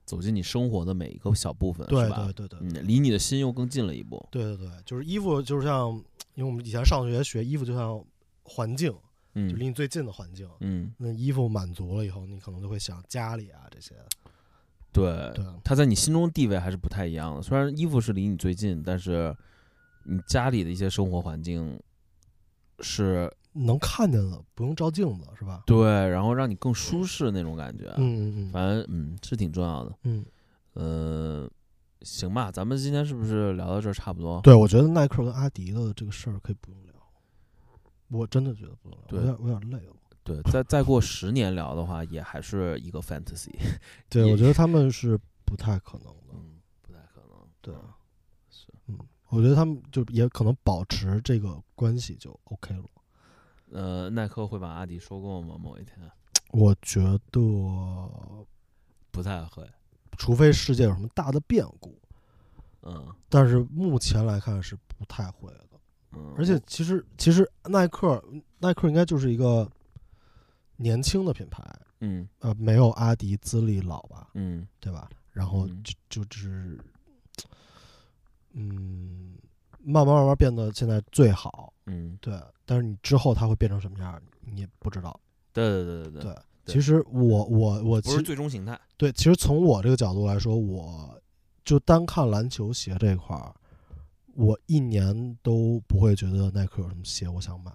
A: 走进你生活的每一个小部分，
C: 对
A: 呃是吧？
C: 对对对
A: 嗯，离你的心又更近了一步。
C: 对对对，就是衣服就是像，因为我们以前上学学衣服就像环境，就离
A: 嗯
C: 你最近的环境。
A: 嗯，
C: 那衣服满足了以后，你可能就会想家里啊这些，
A: 对，
C: 对啊
A: 它在你心中地位还是不太一样的。虽然衣服是离你最近，但是你家里的一些生活环境是
C: 能看见的，不用照镜子是吧？
A: 对，然后让你更舒适那种感觉。
C: 嗯嗯嗯
A: 反正嗯是挺重要的。
C: 嗯，
A: 嗯、行吧，咱们今天是不是聊到这儿差不多？
C: 对，我觉得耐克跟阿迪的这个事儿可以不用聊，我真的觉得不重要，
A: 对
C: 我有点我有点累了。
A: 对，再再过十年聊的话，也还是一个 fantasy，
C: 对，
A: 也
C: 我觉得他们是不太可能的。
A: 嗯，不太可能。
C: 对啊
A: 嗯是
C: 嗯，我觉得他们就也可能保持这个关系就 OK 了。
A: 呃，耐克会把阿迪收购吗？某一天
C: 我觉得，
A: 不太会。
C: 除非世界有什么大的变故，
A: 嗯
C: 但是目前来看是不太会的。
A: 嗯，
C: 而且其实其实耐克耐克应该就是一个年轻的品牌，
A: 嗯
C: 呃，没有阿迪资历老吧，
A: 嗯
C: 对吧？然后
A: 嗯
C: 就就只是，嗯，慢慢慢慢变得现在最好，
A: 嗯，
C: 对。但是你之后它会变成什么样儿，你也不知道。
A: 对对对对
C: 对，
A: 对
C: 其实我我我
A: 不
C: 其
A: 是
C: 实
A: 最终形态。
C: 对，其实从我这个角度来说，我就单看篮球鞋这一块儿，我一年都不会觉得耐克有什么鞋我想买，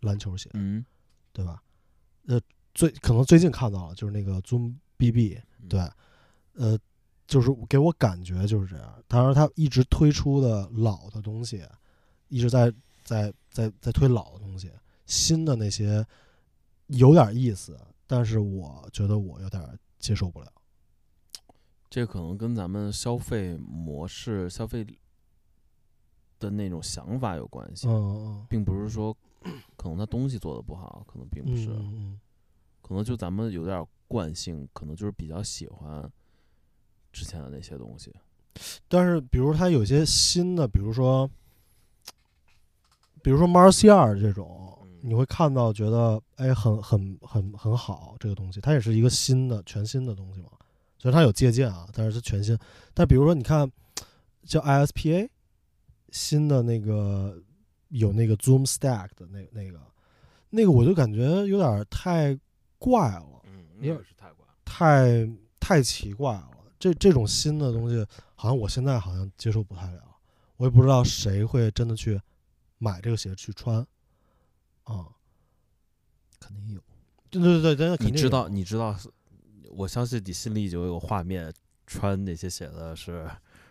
C: 篮球鞋，
A: 嗯，
C: 对吧？呃，最可能最近看到了就是那个 Zoom BB，
A: 嗯
C: 对，呃，就是给我感觉就是这样。当然，他一直推出的老的东西，一直在在在在推老的东西，新的那些有点意思，但是我觉得我有点接受不了。
A: 这可能跟咱们消费模式、消费的那种想法有关系，
C: 嗯
A: 并不是说可能他东西做的不好，可能并不
C: 嗯
A: 是，
C: 嗯
A: 可能就咱们有点惯性，可能就是比较喜欢之前的那些东西。
C: 但是比如他有些新的，比如说，比如说 m a r c i a 这种
A: 嗯，
C: 你会看到觉得哎，很很很很好这个东西，它也是一个新的全新的东西嘛。虽然它有借鉴啊，但是它全新。但比如说你看，叫 ISPA 新的那个有那个 Zoom Stack 的那那个那个，我就感觉有点太怪了。
A: 嗯，
C: 那个
A: 是太怪。
C: 太太奇怪了。这这种新的东西，好像我现在好像接受不太了。我也不知道谁会真的去买这个鞋去穿啊、
A: 肯定有。
C: 对对对，真的肯
A: 你
C: 定
A: 知
C: 有
A: 道，你知道是，我相信你心里就有画面，穿那些鞋的是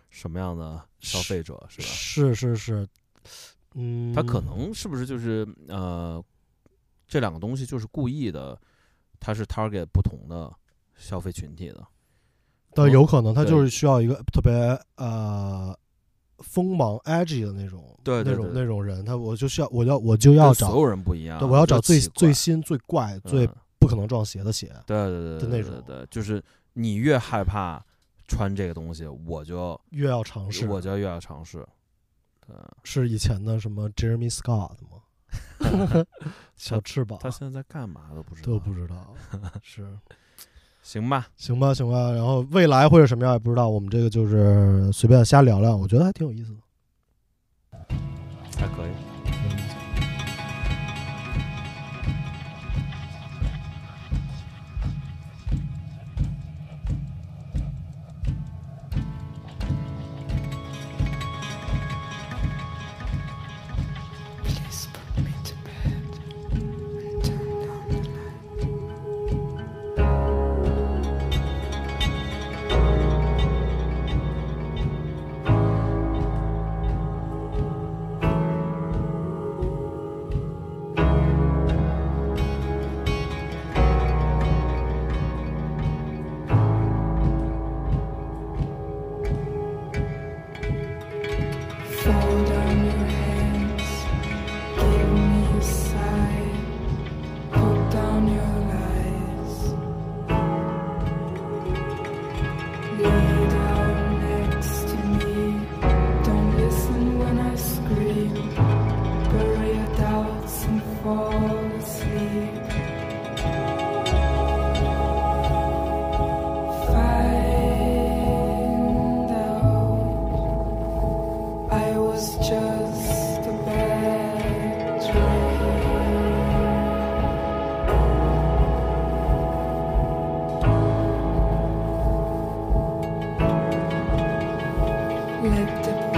A: 什么样的消费者，是吧？
C: 是是是，嗯，
A: 他可能是不是就是呃，这两个东西就是故意的，它是 target 不同的消费群体的。
C: 但有可能他
A: 对
C: 就是需要一个特别呃锋芒 edgy 的那种，
A: 对对
C: 那种
A: 对
C: 那种人，他我就需要我要我就要
A: 跟所
C: 找，
A: 有人不一样，
C: 对，我要
A: 就
C: 找最
A: 奇怪
C: 最新最怪最
A: 嗯
C: 不可能撞鞋的鞋，
A: 对对对
C: 的
A: 对
C: 那
A: 对
C: 种
A: 对，就是你越害怕穿这个东西，我就
C: 越要尝试。
A: 我就越要尝试。对，
C: 是以前的什么 Jeremy Scott 吗？
A: (laughs)
C: 小翅膀
A: 他现在在干嘛都不知道，
C: 都不知道，是
A: 行吧？
C: 行吧行吧。然后未来会是什么样也不知道，我们这个就是随便瞎聊聊，我觉得还挺有意思的。
A: 还可以。
C: 挺有意思
D: Fold down your hands, give me a sigh, put down your lies. Lay down next to me, don't listen when I scream. Bury your doubts and fall asleep. Find out. I was just a bad dream. Let the